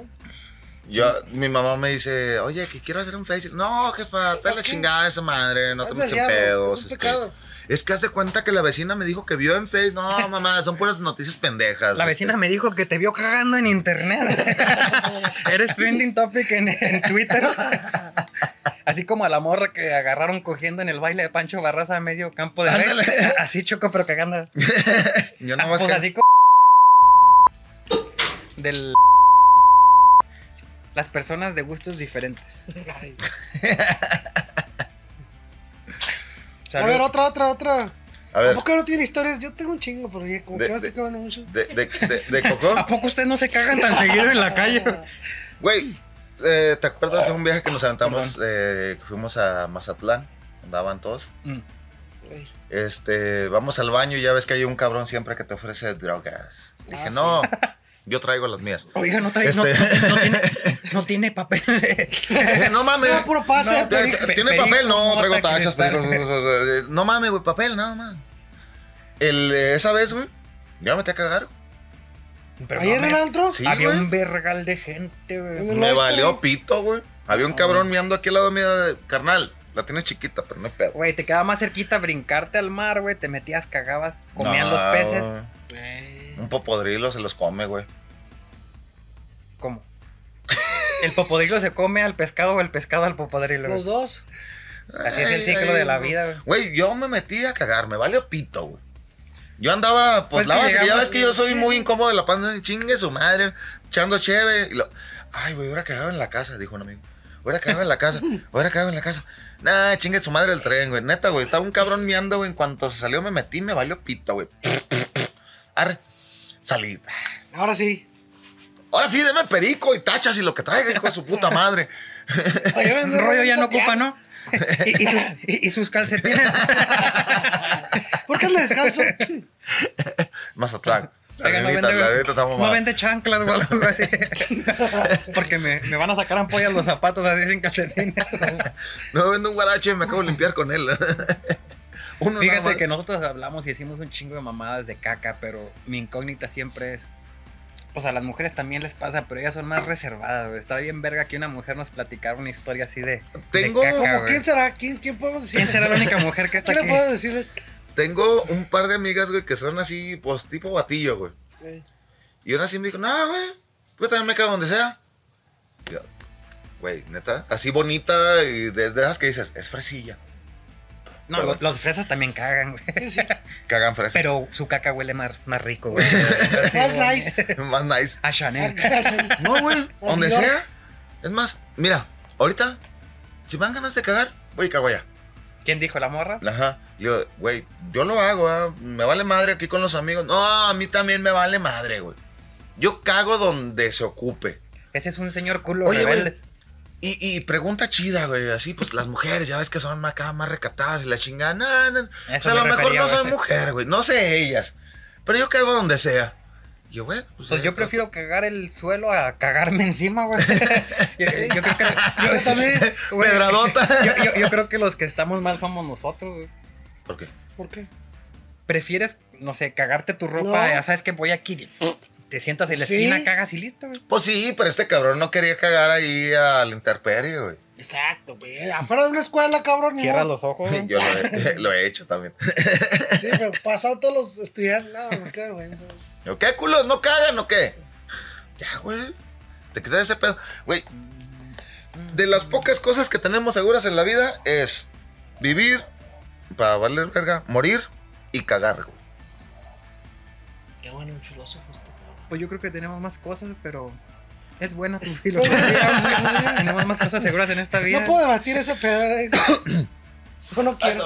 Speaker 1: Yo, mi mamá me dice, oye, que quiero hacer un Facebook. No, jefa, está la
Speaker 2: ¿Por qué?
Speaker 1: chingada esa madre, no te
Speaker 2: Hazme
Speaker 1: metas
Speaker 2: el
Speaker 1: en
Speaker 2: diablo,
Speaker 1: pedos.
Speaker 2: Es un
Speaker 1: este.
Speaker 2: pecado.
Speaker 1: Es que hace cuenta que la vecina me dijo que vio en Facebook. No, mamá, son puras noticias pendejas. este,
Speaker 3: La vecina me dijo que te vio cagando en internet. Eres trending topic en, en Twitter. Así como a la morra que agarraron cogiendo en el baile de Pancho Barraza a medio campo de
Speaker 1: Ándale.
Speaker 3: béisbol. Así choco, pero cagando.
Speaker 1: me. Yo nomás
Speaker 3: Pues
Speaker 1: que-
Speaker 3: así como. Del. Las personas de gustos diferentes.
Speaker 2: Ay. A
Speaker 3: Salud.
Speaker 2: ver, otra, otra, otra.
Speaker 1: A
Speaker 2: ¿A
Speaker 1: ver,
Speaker 2: poco no tiene historias? Yo tengo un chingo, pero ya como
Speaker 1: De-
Speaker 2: que me
Speaker 1: de-
Speaker 2: estoy quemando mucho.
Speaker 1: de, de, de, de
Speaker 3: ¿A
Speaker 1: Cocón.
Speaker 3: poco ustedes no se cagan tan seguido
Speaker 2: Ah,
Speaker 3: en la calle?
Speaker 1: Güey, eh, ¿te acuerdas de un viaje que nos aventamos? eh, que fuimos a Mazatlán. Andaban todos.
Speaker 3: Mm.
Speaker 2: Güey.
Speaker 1: Este, vamos al baño y ya ves que hay un cabrón siempre que te ofrece drogas. Dije,
Speaker 2: Ah, sí.
Speaker 1: no, yo traigo las mías.
Speaker 3: Oiga, no trae. No,
Speaker 1: Este.
Speaker 3: no tiene, no tiene papel.
Speaker 1: Eh, no mames.
Speaker 2: No, puro pase,
Speaker 1: No, eh,
Speaker 3: perico,
Speaker 1: ¿Tiene
Speaker 3: perico,
Speaker 1: papel? No,
Speaker 3: mota,
Speaker 1: traigo tachas,
Speaker 3: cristal.
Speaker 1: perico, eh, No mames, güey, papel, nada más. El, eh, esa vez, güey, ya me te a cagar.
Speaker 3: Pero
Speaker 2: ¿Ayer
Speaker 3: no,
Speaker 2: en el
Speaker 3: me-
Speaker 2: antro?
Speaker 1: Sí,
Speaker 3: Había
Speaker 1: güey.
Speaker 3: un vergal de gente, güey.
Speaker 2: En el
Speaker 1: Me
Speaker 2: Oyster,
Speaker 1: valió
Speaker 2: güey.
Speaker 1: pito, güey. Había un cabrón mirando aquí al lado mío, de- carnal. La tienes chiquita, pero no es pedo.
Speaker 3: Güey, te quedaba más cerquita brincarte al mar, güey. Te metías, cagabas, comían
Speaker 1: No,
Speaker 3: los peces.
Speaker 1: Un popodrilo se los come, güey.
Speaker 3: ¿Cómo? ¿El popodrilo se come al pescado o el pescado al popodrilo? güey?
Speaker 2: Los dos.
Speaker 3: Así es el
Speaker 1: Ay,
Speaker 3: ciclo
Speaker 1: ay,
Speaker 3: de la vida, güey.
Speaker 1: Güey, yo me metí a cagar, me vale pito, güey. Yo andaba, pues,
Speaker 3: Pues
Speaker 1: la
Speaker 3: que
Speaker 1: base, que ya
Speaker 3: llegamos-
Speaker 1: ves que yo soy
Speaker 2: sí,
Speaker 1: muy
Speaker 2: sí.
Speaker 1: incómodo de la panza, chingue su madre, echando cheve. y lo- Ay, güey, hubiera cagado en la casa, dijo un amigo. Hubiera cagado en la casa, hubiera cagado en la casa. Nah, chingue su madre el tren, güey. Neta, güey, estaba un cabrón miando, güey. En cuanto se salió, me metí, me valió pito, güey. Arre, salí.
Speaker 2: Ahora sí.
Speaker 1: Ahora sí, deme perico y tachas y lo que traiga, hijo de su puta madre.
Speaker 2: Oye, ven,
Speaker 3: El rollo ya no
Speaker 2: ven,
Speaker 3: ocupa, ¿no? Y, y su- y- y sus calcetines.
Speaker 2: ¿Por qué le descalzo?
Speaker 1: Mazatlán. La
Speaker 3: Oiga, no
Speaker 1: neta, la
Speaker 3: vende,
Speaker 1: neta estamos
Speaker 3: no
Speaker 1: mal.
Speaker 3: vende chanclas o algo así. Porque me, me van a sacar ampollas los zapatos así sin calcetines.
Speaker 1: No vendo un guarache, me acabo de limpiar con él. Uno nada más.
Speaker 3: Fíjate que nosotros hablamos y hicimos un chingo de mamadas de caca, pero mi incógnita siempre es. Pues a las mujeres también les pasa, pero ellas son más reservadas, güey. Está bien verga que una mujer nos platicara una historia así de. de
Speaker 1: Tengo-
Speaker 3: caca,
Speaker 1: ¿Cómo?
Speaker 3: güey.
Speaker 2: ¿Quién será? ¿Quién, quién podemos decir?
Speaker 3: ¿Quién será la única mujer que está
Speaker 2: ¿Qué le
Speaker 3: aquí?
Speaker 2: puedo decir?
Speaker 1: Tengo un par de amigas, güey, que son así, pues tipo batillo, güey.
Speaker 2: Eh,
Speaker 1: Y una así me dijo, no, güey, yo también me cago donde sea. Y yo, Güey, neta, así bonita y de, de esas que dices, es fresilla.
Speaker 3: No, lo- los fresas también cagan, güey.
Speaker 2: ¿qué decir?
Speaker 1: Cagan fresas.
Speaker 3: Pero su caca huele más, más rico, güey.
Speaker 2: Más
Speaker 3: Más
Speaker 2: nice.
Speaker 1: Más nice.
Speaker 3: A Chanel.
Speaker 1: No, güey, donde
Speaker 2: Dior.
Speaker 1: sea. Es más, mira, ahorita, si me dan ganas de cagar, voy y cago allá.
Speaker 3: ¿Quién dijo la morra?
Speaker 1: Ajá. Yo, güey, yo lo hago, ah, me vale madre aquí con los amigos. No, a mí también me vale madre, güey. Yo cago donde se ocupe.
Speaker 3: Ese es un señor culo
Speaker 1: Oye,
Speaker 3: rebelde.
Speaker 1: güey. Y, y pregunta chida, güey. Así, pues las mujeres, ya ves que son acá más recatadas y la chingada. No, no. O sea, a
Speaker 3: me
Speaker 1: lo mejor
Speaker 3: refería,
Speaker 1: no soy
Speaker 3: güey.
Speaker 1: mujer, güey. No sé ellas. Pero yo cago donde sea. Y Yo, güey. Pues,
Speaker 3: Pues
Speaker 1: eh,
Speaker 3: yo prefiero cagar el suelo a cagarme encima, güey. yo, yo creo que.
Speaker 2: Yo también.
Speaker 3: güey,
Speaker 1: Pedradota.
Speaker 3: yo, yo- yo creo que los que estamos mal somos nosotros, güey.
Speaker 1: ¿Por qué?
Speaker 2: ¿Por qué?
Speaker 3: Prefieres, no sé, cagarte tu
Speaker 2: No.
Speaker 3: ropa, ya sabes que voy aquí. Te sientas en la
Speaker 2: Sí.
Speaker 3: esquina, cagas y listo, güey.
Speaker 1: Pues sí, pero este cabrón no quería cagar ahí al interperio, güey.
Speaker 2: Exacto, güey. Eh, Afuera de una escuela, cabrón. ni
Speaker 3: Cierras
Speaker 2: modo.
Speaker 3: los ojos, güey.
Speaker 1: Yo lo he, lo he hecho también.
Speaker 2: Sí, pero pasado todos los estudiantes. No, no, qué vergüenza.
Speaker 1: Yo, ¿Qué culos? ¿No cagan o qué? Ya, güey. Te quitas ese pedo. Güey, de las pocas cosas que tenemos seguras en la vida es vivir, para valer verga, morir y cagar, güey.
Speaker 2: Qué bueno, un filósofo este cabrón.
Speaker 3: Pues yo creo que tenemos más cosas, pero. Es buena tu filosofía. tenemos más cosas seguras en esta vida.
Speaker 2: No puedo debatir ese pedo. eh. Yo no quiero.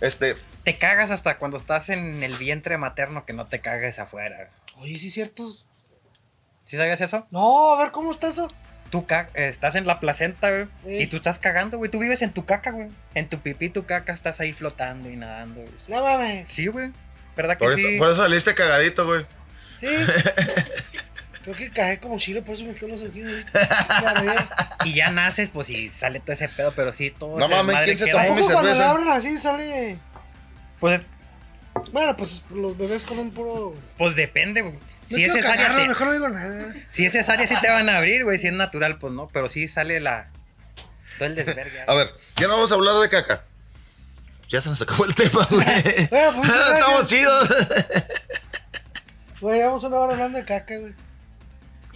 Speaker 1: Este,
Speaker 3: Te cagas hasta cuando estás en el vientre materno que no te cagues afuera.
Speaker 2: Oye, sí, ciertos.
Speaker 3: ¿Sí sabías eso?
Speaker 2: No, a ver, ¿cómo está eso?
Speaker 3: Tú ca- eh, estás en la placenta, güey.
Speaker 2: Sí.
Speaker 3: Y tú estás cagando, güey. Tú vives en tu caca, güey. En tu pipí, tu caca, estás ahí flotando y nadando, güey.
Speaker 2: No mames.
Speaker 3: Sí, güey. ¿Verdad que
Speaker 1: por,
Speaker 3: sí?
Speaker 1: eso, por eso saliste cagadito, güey.
Speaker 2: Sí. Creo que caí como chile, por eso me quedo los ¿eh? ojillos. ahí. Ya, ya.
Speaker 3: Y ya naces, pues y sale todo ese pedo, pero sí, todo.
Speaker 1: No
Speaker 3: el
Speaker 1: mames,
Speaker 3: desmadre
Speaker 1: ¿quién se
Speaker 3: queda
Speaker 1: tomó
Speaker 3: ahí.
Speaker 1: mi
Speaker 2: Tampoco cuando le
Speaker 1: cerveza.
Speaker 2: abren así sale.
Speaker 3: Pues,
Speaker 2: Bueno, pues los bebés comen puro.
Speaker 3: pues depende, güey.
Speaker 2: No
Speaker 3: Si es
Speaker 2: quiero
Speaker 3: cesárea,
Speaker 2: cagarla,
Speaker 3: te-
Speaker 2: mejor no digo nada.
Speaker 3: si es cesárea, sí te van a abrir, güey. Si es natural, pues no. Pero sí sale la. Todo el desvergue.
Speaker 1: A ver, ya no vamos a hablar de caca. Ya se nos acabó el tema, güey.
Speaker 2: Bueno, pues, muchas
Speaker 1: Estamos
Speaker 2: gracias.
Speaker 1: chidos.
Speaker 2: Güey, llevamos una hora hablando de caca, güey.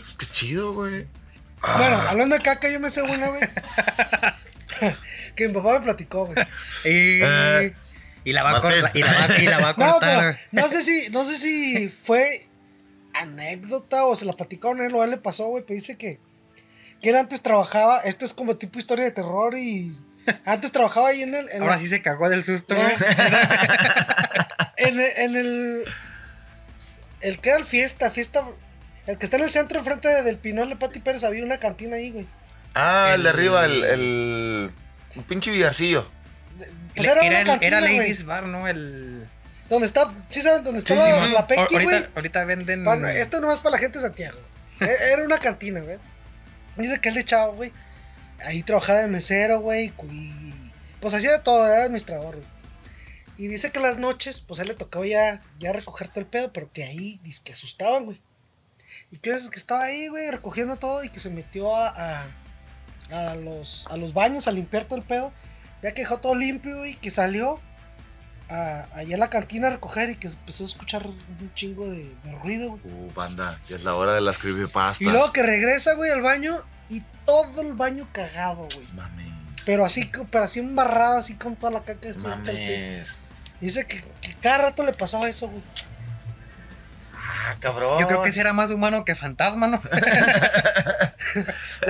Speaker 1: Es que chido, güey.
Speaker 2: Bueno,
Speaker 3: Ah.
Speaker 2: hablando de caca, yo me sé una, güey. que mi papá me platicó, güey.
Speaker 3: Y,
Speaker 1: Eh,
Speaker 3: y la va a
Speaker 1: Martín.
Speaker 3: cortar. Y la va, y la va a
Speaker 2: No,
Speaker 3: cortar,
Speaker 2: pero
Speaker 3: güey.
Speaker 2: no sé si, no sé si fue anécdota o se la platicaron a él o a él le pasó, güey, pero dice que, que él antes trabajaba, esta es como tipo historia de terror y antes trabajaba ahí en el, en
Speaker 3: Ahora
Speaker 2: la-
Speaker 3: sí se cagó del susto,
Speaker 2: No.
Speaker 3: güey.
Speaker 2: en, el, en el, el que era el fiesta, fiesta, el que está en el centro enfrente de- del Pinol de Pati Pérez, había una cantina ahí, güey.
Speaker 1: Ah, el, de
Speaker 3: El-
Speaker 1: arriba, el, el, un pinche villarcillo.
Speaker 2: Pues
Speaker 3: Le-
Speaker 2: era,
Speaker 3: era,
Speaker 2: una
Speaker 3: el-
Speaker 2: cantina,
Speaker 3: era
Speaker 2: güey.
Speaker 3: Ladies Bar, ¿no? El.
Speaker 2: Donde está, sí saben dónde está
Speaker 1: Sí,
Speaker 2: la,
Speaker 1: sí, sí.
Speaker 2: la Pequi,
Speaker 3: Ahor-
Speaker 2: güey. este
Speaker 3: ahorita, mm. ahorita venden.
Speaker 2: Para- esto nomás para la gente de Santiago. E- Era una cantina, güey. Dice que él de chavo, güey. Ahí trabajaba de mesero, güey. y cu- Y, pues hacía de todo, era administrador, güey. Y dice que las noches, pues a él le tocaba ya, ya recoger todo el pedo, pero que ahí dice que asustaban, güey. Y que es que estaba ahí, güey, recogiendo todo y que se metió a, a, a los, a los baños a limpiar todo el pedo. Ya que dejó todo limpio y que salió a, allá a la cantina a recoger y que empezó a escuchar un chingo de, de ruido, güey.
Speaker 1: Uh, banda, ya es la hora de las creepypastas.
Speaker 2: Y luego que regresa, güey, al baño y todo el baño cagado, güey.
Speaker 1: Mami.
Speaker 2: Pero así, co- pero así embarrada, así con toda la caca. así hasta el pe-
Speaker 1: Mames.
Speaker 2: Dice que, que cada rato le pasaba eso, güey.
Speaker 1: Ah, cabrón.
Speaker 3: Yo creo que ese era más humano que fantasma, ¿no?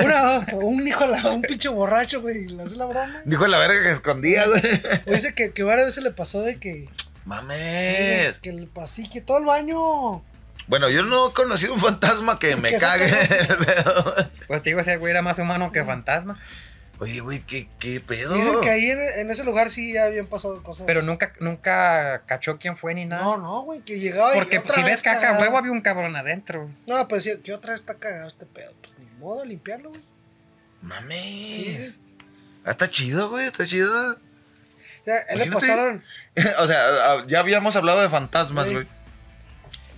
Speaker 2: Una, un hijo, a la- un pinche borracho, güey, y le hace la broma.
Speaker 1: Dijo la verga que escondía, güey.
Speaker 2: O dice que, que varias veces le pasó de que.
Speaker 1: Mames.
Speaker 2: sí, que le pasí, que todo el baño.
Speaker 1: Bueno, yo no he conocido un fantasma que me
Speaker 2: Que se
Speaker 1: cague.
Speaker 3: Pues te digo, ese güey era más humano que fantasma.
Speaker 1: Oye, güey, ¿qué, qué pedo?
Speaker 2: Dicen que ahí en, en ese lugar sí ya habían pasado cosas.
Speaker 3: Pero nunca, nunca cachó quién fue ni nada.
Speaker 2: No, no, güey, que llegaba y
Speaker 3: Porque pues,
Speaker 2: otra
Speaker 3: si
Speaker 2: vez
Speaker 3: ves caca
Speaker 2: cagado.
Speaker 3: huevo, había un cabrón adentro.
Speaker 2: No, pues sí, que otra vez está cagado este pedo. Pues ni modo, limpiarlo, güey.
Speaker 1: Mames.
Speaker 2: Sí.
Speaker 1: Ah, está chido, güey, está chido.
Speaker 2: O sea, a él le
Speaker 1: Imagínate.
Speaker 2: pasaron.
Speaker 1: o sea, a- ya habíamos hablado de fantasmas,
Speaker 2: Sí.
Speaker 1: güey.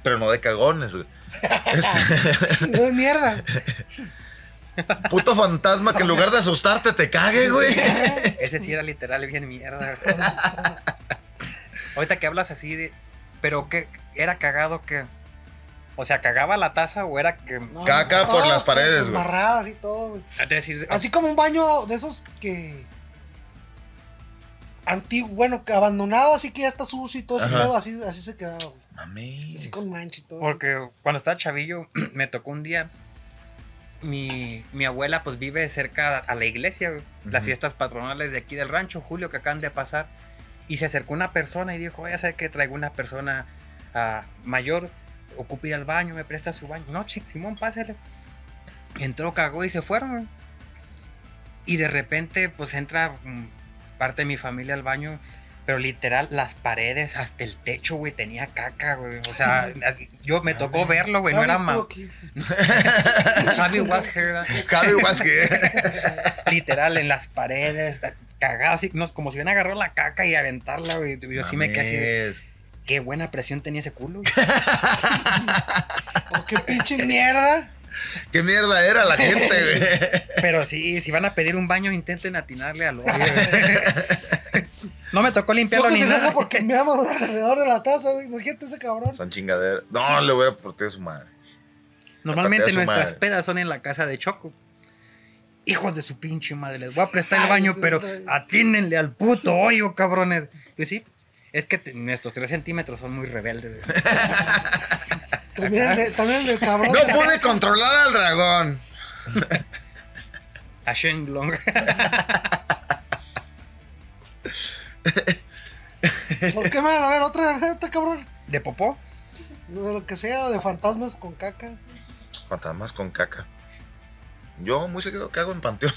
Speaker 1: Pero no de cagones, güey.
Speaker 2: No de mierdas.
Speaker 1: Puto fantasma que en lugar de asustarte te cague, güey.
Speaker 3: Ese sí era literal bien mierda. güey. Ahorita que hablas así de... Pero que era cagado que... O sea, cagaba la taza o era que...
Speaker 2: No,
Speaker 1: Caca
Speaker 2: no,
Speaker 1: por las
Speaker 2: todo,
Speaker 1: paredes, güey.
Speaker 2: Embarradas y todo, güey.
Speaker 3: Es decir,
Speaker 2: Así como un baño de esos que. Antiguo, bueno, que abandonado, así que ya está sucio y todo ese
Speaker 1: Ajá.
Speaker 2: pedo, así, así se quedaba, güey.
Speaker 1: Mames.
Speaker 2: Así con mancha y todo.
Speaker 3: Porque cuando estaba chavillo, me tocó un día. Mi, mi abuela, pues vive cerca a la iglesia, güey, las
Speaker 1: Ujú.
Speaker 3: fiestas patronales de aquí del rancho, Julio, que acaban de pasar. Y se acercó una persona y dijo: Voy a hacer que traigo una persona ah, mayor, ocupa ir al baño, me presta su baño. No, chi- Simón, pásale. Entró, cagó y se fueron. güey. Y de repente, pues entra mm, parte de mi familia al baño. Pero literal, las paredes hasta el techo, güey, tenía caca, güey. O sea, yo me tocó verlo, güey. No
Speaker 2: Javi Ah,
Speaker 3: era
Speaker 2: estuvo aquí.
Speaker 3: ma... Javi was here, ¿verdad?
Speaker 1: Javi Vázquez.
Speaker 3: Literal, en las paredes, cagado, así, no, como si hubieran agarrado la caca y aventarla, güey. Yo sí me quedé así de,
Speaker 1: Mames.
Speaker 3: qué buena presión tenía ese culo.
Speaker 2: Oh, qué pinche mierda.
Speaker 1: ¿Qué mierda era la gente, güey?
Speaker 3: Pero sí, si van a pedir un baño, intenten atinarle al hoyo. güey. No me tocó
Speaker 2: Yo
Speaker 3: limpiarlo
Speaker 2: que
Speaker 3: ni
Speaker 2: se enoja
Speaker 3: nada.
Speaker 2: porque miramos alrededor de la taza, güey. Imagínate ese cabrón.
Speaker 1: Son chingaderas. No, le voy a partir a su madre.
Speaker 3: Normalmente
Speaker 1: Aparte de su
Speaker 3: nuestras
Speaker 1: madre.
Speaker 3: pedas son en la casa de Choco. Hijos de su pinche madre, les voy a prestar el
Speaker 2: Ay,
Speaker 3: baño,
Speaker 2: güey,
Speaker 3: pero
Speaker 2: güey.
Speaker 3: atínenle al puto hoyo, cabrones. Y sí, es que te- nuestros tres centímetros son muy rebeldes. güey.
Speaker 2: También el, de- también el del cabrón.
Speaker 1: No pude controlar al dragón.
Speaker 3: A Shenlong.
Speaker 2: Pues, ¿qué más? A ver, otra anécdota, cabrón.
Speaker 3: ¿De popó?
Speaker 2: De lo que sea, de fantasmas con caca.
Speaker 1: Fantasmas con caca. Yo muy seguido cago en panteón.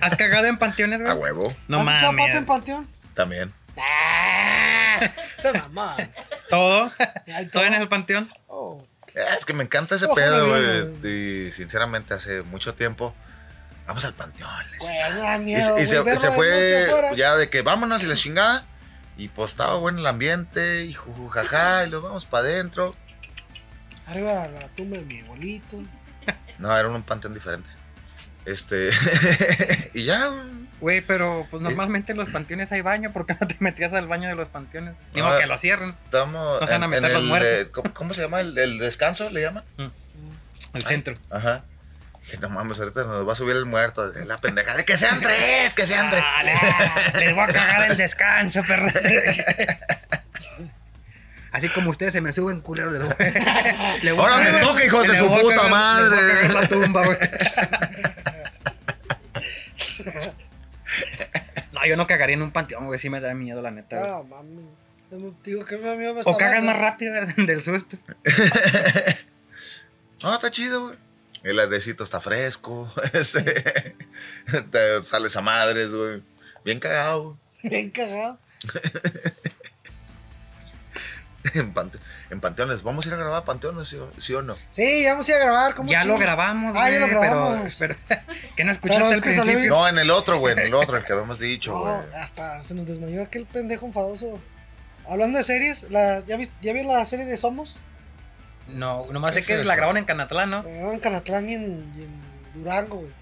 Speaker 3: ¿Has cagado en panteones, güey?
Speaker 1: a huevo.
Speaker 3: No
Speaker 2: ¿Has echado pata
Speaker 3: mames.
Speaker 2: en panteón?
Speaker 1: También.
Speaker 2: Se mamá.
Speaker 3: ¿Todo?
Speaker 2: Ay,
Speaker 3: ¿Todo en
Speaker 2: todo.
Speaker 3: el panteón?
Speaker 2: Oh.
Speaker 1: Eh, Es que me encanta ese
Speaker 2: Ojalá
Speaker 1: pedo,
Speaker 2: bien,
Speaker 1: güey. Y sinceramente, hace mucho tiempo. Vamos al panteón. les-
Speaker 2: Güey, me da
Speaker 1: Y,
Speaker 2: miedo.
Speaker 1: y
Speaker 2: güey,
Speaker 1: se,
Speaker 2: verlo
Speaker 1: se
Speaker 2: de noche
Speaker 1: fue
Speaker 2: afuera.
Speaker 1: ya de que vámonos y la chingada. Y pues estaba bueno el ambiente. Y jujujaja. Y los vamos para adentro.
Speaker 2: Arriba de la tumba de mi abuelito.
Speaker 1: No, era un panteón diferente. Este. y ya. güey.
Speaker 3: Güey, pero pues normalmente en los panteones hay baño. ¿Por qué no te metías al baño de los panteones? Ni modo
Speaker 1: Ah.
Speaker 3: que lo cierren.
Speaker 1: Estamos.
Speaker 3: No se van a meter los
Speaker 1: el,
Speaker 3: muertos.
Speaker 1: eh, ¿cómo, cómo se llama? ¿El, el descanso le llaman?
Speaker 3: El centro.
Speaker 1: Ajá. Dije, no mames, ahorita nos va a subir el muerto. de La pendejada. Que sean tres, que sean tres.
Speaker 3: Ah, le- les voy a cagar el descanso, perro. Así como ustedes se me suben, culero, les voy a... le voy a
Speaker 1: Ahora me
Speaker 3: cagar-
Speaker 1: toca, hijos de
Speaker 3: le
Speaker 1: su
Speaker 3: voy a
Speaker 1: puta
Speaker 3: cagar-
Speaker 1: madre.
Speaker 3: les voy a cagar la tumba, güey. No, yo no cagaría en un panteón, güey. Sí me da miedo, la neta. güey.
Speaker 2: No, mami. No me- Digo que me da miedo. me
Speaker 3: O
Speaker 2: está
Speaker 3: cagas
Speaker 2: hablando.
Speaker 3: más rápido del susto.
Speaker 1: No, está chido, güey. El airecito está fresco. Este, te sales a madres, güey. Bien cagado,
Speaker 2: Bien cagado.
Speaker 1: güey. En, pante- en panteones. ¿Vamos a ir a grabar a panteones, sí, o- sí o no?
Speaker 2: Sí, ya vamos a ir a grabar. ¿cómo
Speaker 3: Ya lo
Speaker 2: chingo?
Speaker 3: grabamos,
Speaker 2: Ah,
Speaker 3: güey.
Speaker 2: ya lo
Speaker 3: pero,
Speaker 2: grabamos.
Speaker 3: pero que no escuchaste
Speaker 2: Pero es
Speaker 3: al
Speaker 2: que salió
Speaker 3: principio.
Speaker 1: No, en el otro, güey. En el otro, el que habíamos dicho,
Speaker 2: No,
Speaker 1: güey.
Speaker 2: hasta se nos desmayó aquel pendejo enfadoso. Hablando de series, la, ¿ya, viste, ¿ya vieron la serie de Somos?
Speaker 3: No, nomás sé
Speaker 1: ¿Qué
Speaker 3: que
Speaker 1: es
Speaker 3: la
Speaker 1: eso?
Speaker 3: grabaron en Canatlán, ¿no?
Speaker 2: La grabaron en Canatlán y en, y en Durango, güey.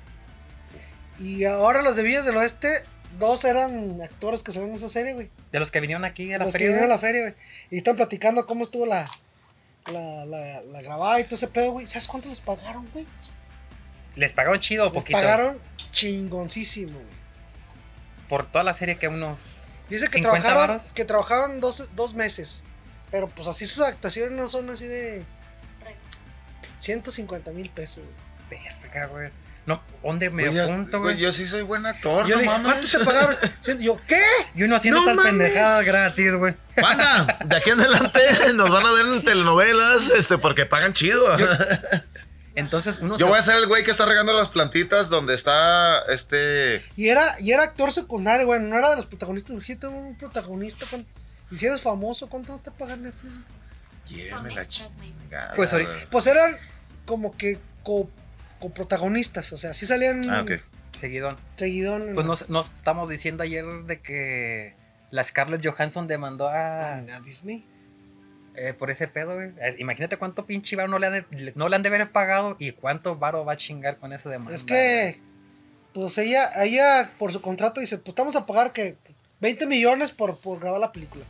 Speaker 2: Y ahora los de Villas del Oeste, dos eran actores que salieron en esa serie, güey.
Speaker 3: De los que vinieron aquí a la
Speaker 2: Los que
Speaker 3: feria.
Speaker 2: vinieron a
Speaker 3: güey.
Speaker 2: la feria, güey. Y están platicando cómo estuvo la, la, la, la grabada y todo ese pedo, güey. ¿Sabes cuánto les pagaron, güey?
Speaker 3: ¿Les pagaron chido o
Speaker 2: Les
Speaker 3: poquito?
Speaker 2: pagaron chingoncísimo, güey.
Speaker 3: por toda la serie que unos
Speaker 2: Dice que
Speaker 3: 50
Speaker 2: trabajaron,
Speaker 3: varos.
Speaker 2: que trabajaron dos, dos meses. Pero pues así sus actuaciones no son así de 150 mil pesos. güey.
Speaker 3: verga, güey. No, ¿dónde me
Speaker 1: Güey, ya-
Speaker 3: apunto,
Speaker 1: güey,
Speaker 3: güey?
Speaker 1: Yo sí soy buen actor,
Speaker 2: Yo
Speaker 1: no
Speaker 2: le dije,
Speaker 1: mames.
Speaker 2: ¿cuánto te pagaron? Ciento- Yo, ¿qué?
Speaker 3: Y uno haciendo
Speaker 2: ¡No
Speaker 3: tal
Speaker 2: mames!
Speaker 3: pendejadas gratis, güey.
Speaker 1: Pana, de aquí en adelante nos van a ver en telenovelas, este, porque pagan chido. Yo,
Speaker 3: Entonces uno
Speaker 1: voy a
Speaker 3: se-
Speaker 1: ser el güey que está regando las plantitas donde está este.
Speaker 2: Y era, y era actor secundario, güey. No era de los protagonistas. Dijiste un protagonista. cuan- Y si eres famoso, ¿cuánto no te pagan Netflix?
Speaker 1: Lléveme la chingada.
Speaker 3: Pues ahorita-
Speaker 1: güey.
Speaker 2: Pues eran como que co- coprotagonistas. O sea, sí salían
Speaker 1: Ah, ok.
Speaker 3: seguidón.
Speaker 2: seguidón. en
Speaker 3: Pues
Speaker 2: la-
Speaker 3: nos, nos estamos diciendo ayer de que la Scarlett Johansson demandó a,
Speaker 2: a Disney.
Speaker 3: eh, por ese pedo, güey. Es- Imagínate cuánto pinche varo no le, han de, no le han de haber pagado y cuánto varo va a chingar con esa demanda.
Speaker 2: Es que, pues ella, ella por su contrato dice, pues estamos a pagar que 20 millones por, por grabar la película.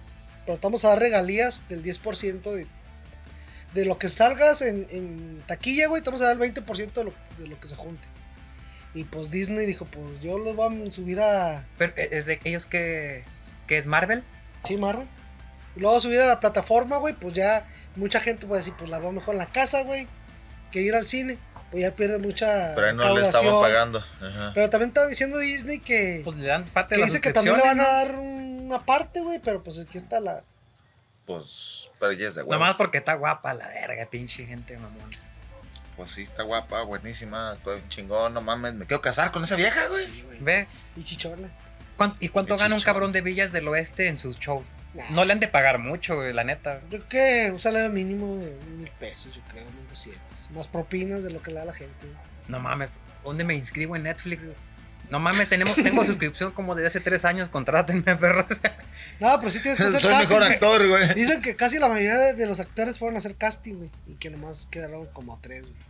Speaker 2: Pero estamos a dar regalías del 10% de, de lo que salgas en, en taquilla, güey. Estamos a dar el 20% de lo, de lo que se junte. Y pues Disney dijo, pues yo lo voy a subir a...
Speaker 3: Pero eh, es de ellos que, que es Marvel.
Speaker 2: Sí, Marvel. Y luego subir a la plataforma, güey. Pues ya mucha gente puede decir, pues la veo mejor en la casa, güey. Que ir al cine. Pues ya pierde mucha...
Speaker 1: Pero ahí no le estaban
Speaker 2: recaudación.
Speaker 1: pagando. Ajá.
Speaker 2: Pero también estaba diciendo Disney que...
Speaker 3: Pues le dan parte
Speaker 2: Que
Speaker 3: de la
Speaker 2: dice que también le van a
Speaker 3: suscripción.
Speaker 2: dar una parte, güey, pero pues aquí está la.
Speaker 1: Pues, pero ella es de huevo.
Speaker 3: Nomás porque está guapa la verga, pinche gente mamón.
Speaker 1: Pues sí, está guapa, buenísima, actúa bien chingón, no mames. Me quiero casar con esa vieja, güey.
Speaker 3: Ve,
Speaker 2: Y chichona.
Speaker 3: ¿cuán- ¿y cuánto
Speaker 1: Qué
Speaker 3: gana un
Speaker 1: chichón.
Speaker 3: cabrón de Villas del Oeste en sus shows?
Speaker 2: Nah.
Speaker 3: No le han de pagar mucho, güey, la neta.
Speaker 2: Yo creo que un salario mínimo de mil pesos, yo creo, mil doscientos. Más propinas de lo que le da la gente. güey.
Speaker 3: No mames, ¿dónde me inscribo en Netflix? güey? No mames, tenemos, tengo suscripción como desde hace tres años, contrátenme, perros.
Speaker 2: No, pero sí tienes que hacer
Speaker 1: Soy
Speaker 2: casting.
Speaker 1: mejor
Speaker 2: güey.
Speaker 1: actor, güey.
Speaker 2: Dicen que casi la mayoría de, de los actores fueron a hacer casting, güey. Y que nomás quedaron como tres, güey.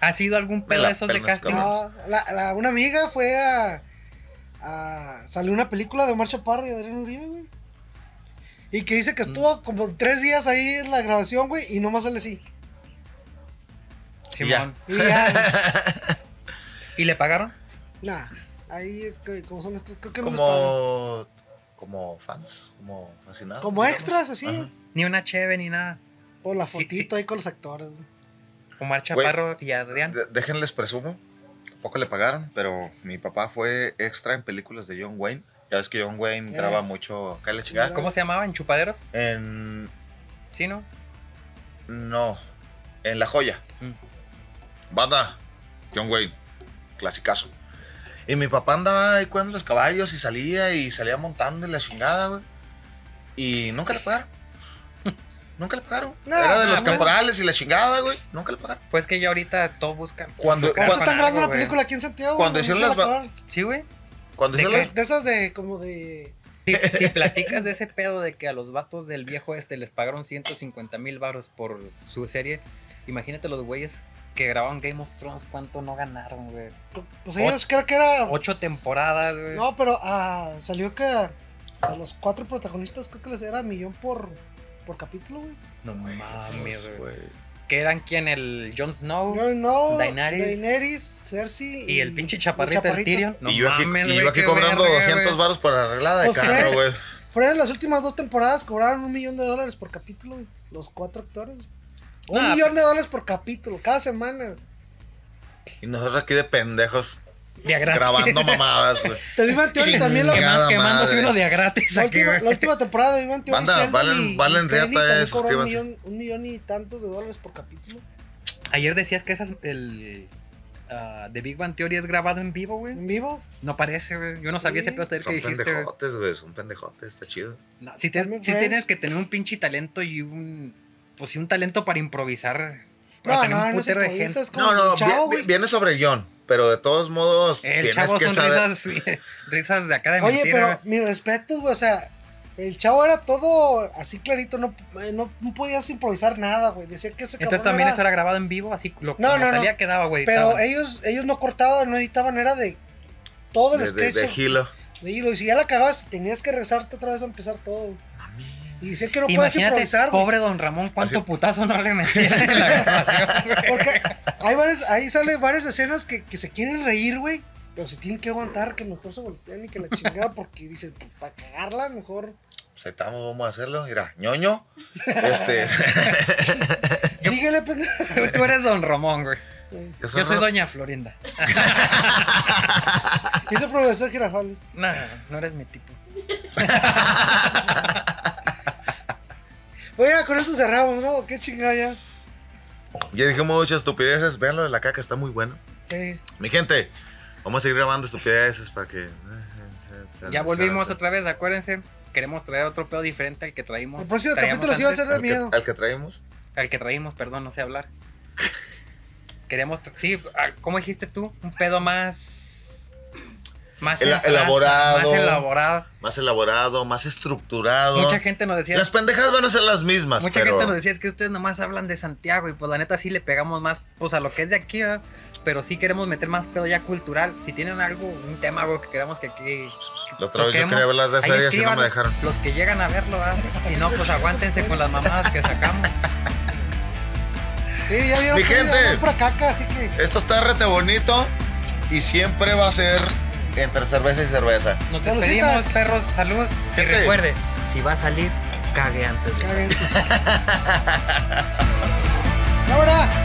Speaker 3: ¿Ha sido algún pedo
Speaker 1: la
Speaker 3: de esos de
Speaker 1: pelas,
Speaker 3: casting?
Speaker 1: cabrón.
Speaker 2: No, la, la- una amiga fue a, a. Salió una película de Omar Chaparro y Adrián Uribe, güey. Y que
Speaker 1: Mm.
Speaker 2: dice que estuvo como tres días ahí en la grabación, güey, y nomás sale así.
Speaker 3: Simón.
Speaker 2: Y ya, güey.
Speaker 3: ¿Y le pagaron?
Speaker 2: Nah, ahí eh, que- como son estos, creo que no les pagan.
Speaker 1: Como. Como fans, como fascinados.
Speaker 2: Como
Speaker 1: digamos.
Speaker 2: extras, así,
Speaker 1: Ajá.
Speaker 3: Ni una cheve, ni nada.
Speaker 2: por la
Speaker 3: Sí, sí,
Speaker 2: fotito ahí con los actores. güey.
Speaker 3: Omar Chaparro y Adrián.
Speaker 1: De- déjenles presumo, tampoco le pagaron, pero mi papá fue extra en películas de John Wayne. Ya ves que John Wayne
Speaker 2: Eh.
Speaker 1: graba mucho acá en la chingada.
Speaker 3: ¿Cómo se llamaban? ¿Chupaderos?
Speaker 1: En.
Speaker 3: ¿Sí, no?
Speaker 1: No, en La Joya.
Speaker 3: Mm.
Speaker 1: Banda, John Wayne, clasicazo. Y mi papá andaba ahí cuidando los caballos y salía y salía montando y la chingada, güey. Y nunca le pagaron. Nunca le pagaron.
Speaker 2: No,
Speaker 1: Era de
Speaker 3: no,
Speaker 1: los
Speaker 3: pues-
Speaker 1: caporales y la chingada, güey. Nunca le pagaron.
Speaker 3: Pues que ya ahorita todos buscan.
Speaker 1: Cuando-
Speaker 3: lucrar
Speaker 2: ¿Cuánto
Speaker 1: Claro,
Speaker 2: están
Speaker 3: con
Speaker 2: grabando
Speaker 3: algo,
Speaker 2: la
Speaker 3: güey.
Speaker 2: película aquí en Santiago?
Speaker 1: Cuando
Speaker 2: güey? No
Speaker 1: hicieron
Speaker 2: sé
Speaker 1: las
Speaker 2: la
Speaker 1: ba-
Speaker 2: acabaron.
Speaker 3: Sí, güey.
Speaker 1: Cuando
Speaker 3: ¿De
Speaker 1: yo
Speaker 3: qué?
Speaker 1: los-
Speaker 2: De esas de como de.
Speaker 3: Si, si platicas de ese pedo de que a los vatos del viejo este les pagaron 150 mil baros por su serie, imagínate los güeyes que grabaron Game of Thrones, cuánto no ganaron, güey.
Speaker 2: Pues ellos creo que era.
Speaker 3: Ocho temporadas, güey.
Speaker 2: No, pero ah, salió que a, a los cuatro protagonistas creo que les era millón por, por capítulo, güey.
Speaker 3: No mames,
Speaker 1: Pues,
Speaker 3: güey.
Speaker 1: güey.
Speaker 3: Que eran quién, el Jon Snow
Speaker 2: No, no.
Speaker 3: Oh. Daenerys.
Speaker 2: Daenerys, Cersei.
Speaker 3: y el pinche chaparrito, el Tyrion. No
Speaker 1: y yo aquí,
Speaker 3: mames,
Speaker 1: y yo
Speaker 3: güey,
Speaker 1: aquí
Speaker 3: qué
Speaker 1: cobrando
Speaker 3: verga,
Speaker 1: 200
Speaker 3: güey.
Speaker 1: baros por arreglada de
Speaker 2: Pues,
Speaker 1: carro,
Speaker 2: sí.
Speaker 1: güey.
Speaker 2: Fueron las últimas dos temporadas, cobraron un millón de dólares por capítulo, güey, Los cuatro actores. Un
Speaker 3: Nah,
Speaker 2: millón de dólares por capítulo, cada semana.
Speaker 1: Y nosotros aquí de pendejos
Speaker 3: De a gratis.
Speaker 1: grabando mamadas, güey.
Speaker 2: Te vi Theory también la,
Speaker 1: Chingada.
Speaker 3: Quema- Quemándose
Speaker 1: madre.
Speaker 3: uno de a gratis
Speaker 2: la
Speaker 3: aquí,
Speaker 2: última, la
Speaker 3: güey.
Speaker 2: última temporada de Vivan Theory.
Speaker 1: Banda,
Speaker 2: Sheldon
Speaker 1: Valen-
Speaker 2: y-
Speaker 1: Valen
Speaker 2: y Penny
Speaker 1: Riata,
Speaker 2: también
Speaker 1: eh,
Speaker 2: cobraron un
Speaker 1: suscríbanse.
Speaker 2: millón, un millón y tantos de dólares por capítulo.
Speaker 3: Ayer decías que esas, el... ah, The Big Bang Theory es grabado en vivo, güey.
Speaker 2: En vivo.
Speaker 3: No parece, güey. Yo no sabía
Speaker 2: Sí.
Speaker 3: ese pedo hasta ayer que
Speaker 1: Son
Speaker 3: dijiste, güey.
Speaker 1: pendejotes, güey. Son pendejotes, está chido.
Speaker 3: No, si, te-
Speaker 2: También
Speaker 3: si
Speaker 2: Friends.
Speaker 3: tienes que tener un pinche talento y un. Pues sí, un talento para improvisar. Para
Speaker 2: No,
Speaker 3: tener
Speaker 2: no,
Speaker 3: un
Speaker 2: no se
Speaker 3: putero de
Speaker 2: improvisa,
Speaker 3: gente.
Speaker 2: es como
Speaker 1: No, no,
Speaker 2: el chavo,
Speaker 1: vi-
Speaker 2: güey.
Speaker 1: vi- viene sobre el guión. Pero de todos modos,
Speaker 3: El
Speaker 1: tienes
Speaker 3: chavo
Speaker 1: que
Speaker 3: son
Speaker 1: saber.
Speaker 3: risas, risas de acá de
Speaker 2: Oye,
Speaker 3: mentira.
Speaker 2: pero
Speaker 3: güey.
Speaker 2: mis respetos, güey. O sea, el chavo era todo así clarito. No, eh, no, no podías improvisar nada, güey. Decía que ese
Speaker 3: Entonces
Speaker 2: cabrón
Speaker 3: también
Speaker 2: era-
Speaker 3: eso era grabado en vivo, así lo
Speaker 2: No,
Speaker 3: como
Speaker 2: no, no.
Speaker 3: salía quedaba, güey.
Speaker 2: Pero
Speaker 3: editado.
Speaker 2: ellos, ellos no cortaban, no editaban, era de todo el
Speaker 1: De, de,
Speaker 2: sketch.
Speaker 1: de Hilo.
Speaker 2: de hilo. Y si ya la cagabas, tenías que regresarte otra vez a empezar todo. Y decían que no puedes
Speaker 3: Imagínate,
Speaker 2: improvisar, güey,
Speaker 3: pobre don Ramón, cuánto
Speaker 1: Así-
Speaker 3: putazo no le metieron en la grabación. güey.
Speaker 2: Porque hay varias, ahí salen varias escenas que, que se quieren reír, güey. Pero si tienen que aguantar, que mejor se voltean y que la chingada, porque dicen, para cagarla, mejor.
Speaker 1: Pues ahí estamos, vamos a hacerlo. Mira, ñoño. Este.
Speaker 2: Síguele, pendejo.
Speaker 3: Tú, tú eres don Ramón, güey. Yo soy doña Florinda.
Speaker 2: Dice profesor Girafales.
Speaker 3: No, no eres mi tipo.
Speaker 2: Oiga, Pues con esto cerramos, ¿no? Qué chingada ya.
Speaker 1: Ya dijimos muchas estupideces. Vean lo de la caca, está muy bueno.
Speaker 2: Sí.
Speaker 1: Mi gente, vamos a seguir grabando estupideces para que. eh,
Speaker 3: Ya volvimos otra vez, acuérdense. Queremos traer otro pedo diferente al que traímos.
Speaker 2: El próximo
Speaker 3: traíamos
Speaker 2: capítulo sí va a
Speaker 3: antes.
Speaker 2: ser de
Speaker 1: Al que,
Speaker 2: miedo.
Speaker 1: al que traímos.
Speaker 3: Al que traímos, perdón, no sé hablar. Queremos, tra- sí, ah, ¿cómo dijiste tú? Un pedo más. Más
Speaker 1: Ela-
Speaker 3: en plaza,
Speaker 1: elaborado.
Speaker 3: Más elaborado.
Speaker 1: Más elaborado, más estructurado.
Speaker 3: Mucha gente nos decía.
Speaker 1: Las pendejas van a ser las mismas.
Speaker 3: Mucha
Speaker 1: pero
Speaker 3: gente nos decía es que ustedes nomás hablan de Santiago y pues la neta sí le pegamos más pues a lo que es de aquí, ¿verdad? pero sí queremos meter más pedo ya cultural. Si tienen algo, un tema algo que queramos que aquí
Speaker 1: La otra vez yo
Speaker 3: toquemos,
Speaker 1: quería hablar de
Speaker 3: ahí
Speaker 1: ferias y no
Speaker 3: escriban
Speaker 1: me dejaron.
Speaker 3: Los que llegan a verlo, ¿verdad? si no pues aguántense con las mamadas que sacamos.
Speaker 2: Sí, ya vieron
Speaker 1: Mi
Speaker 2: que
Speaker 1: gente.
Speaker 2: ya por caca, así que.
Speaker 1: Esto está rete bonito y siempre va a ser entre cerveza y cerveza.
Speaker 3: Nos
Speaker 2: Saludcita.
Speaker 3: despedimos, perros, salud y
Speaker 1: Gente.
Speaker 3: recuerde, si va a salir cague antes. de
Speaker 2: Cague. Ahora.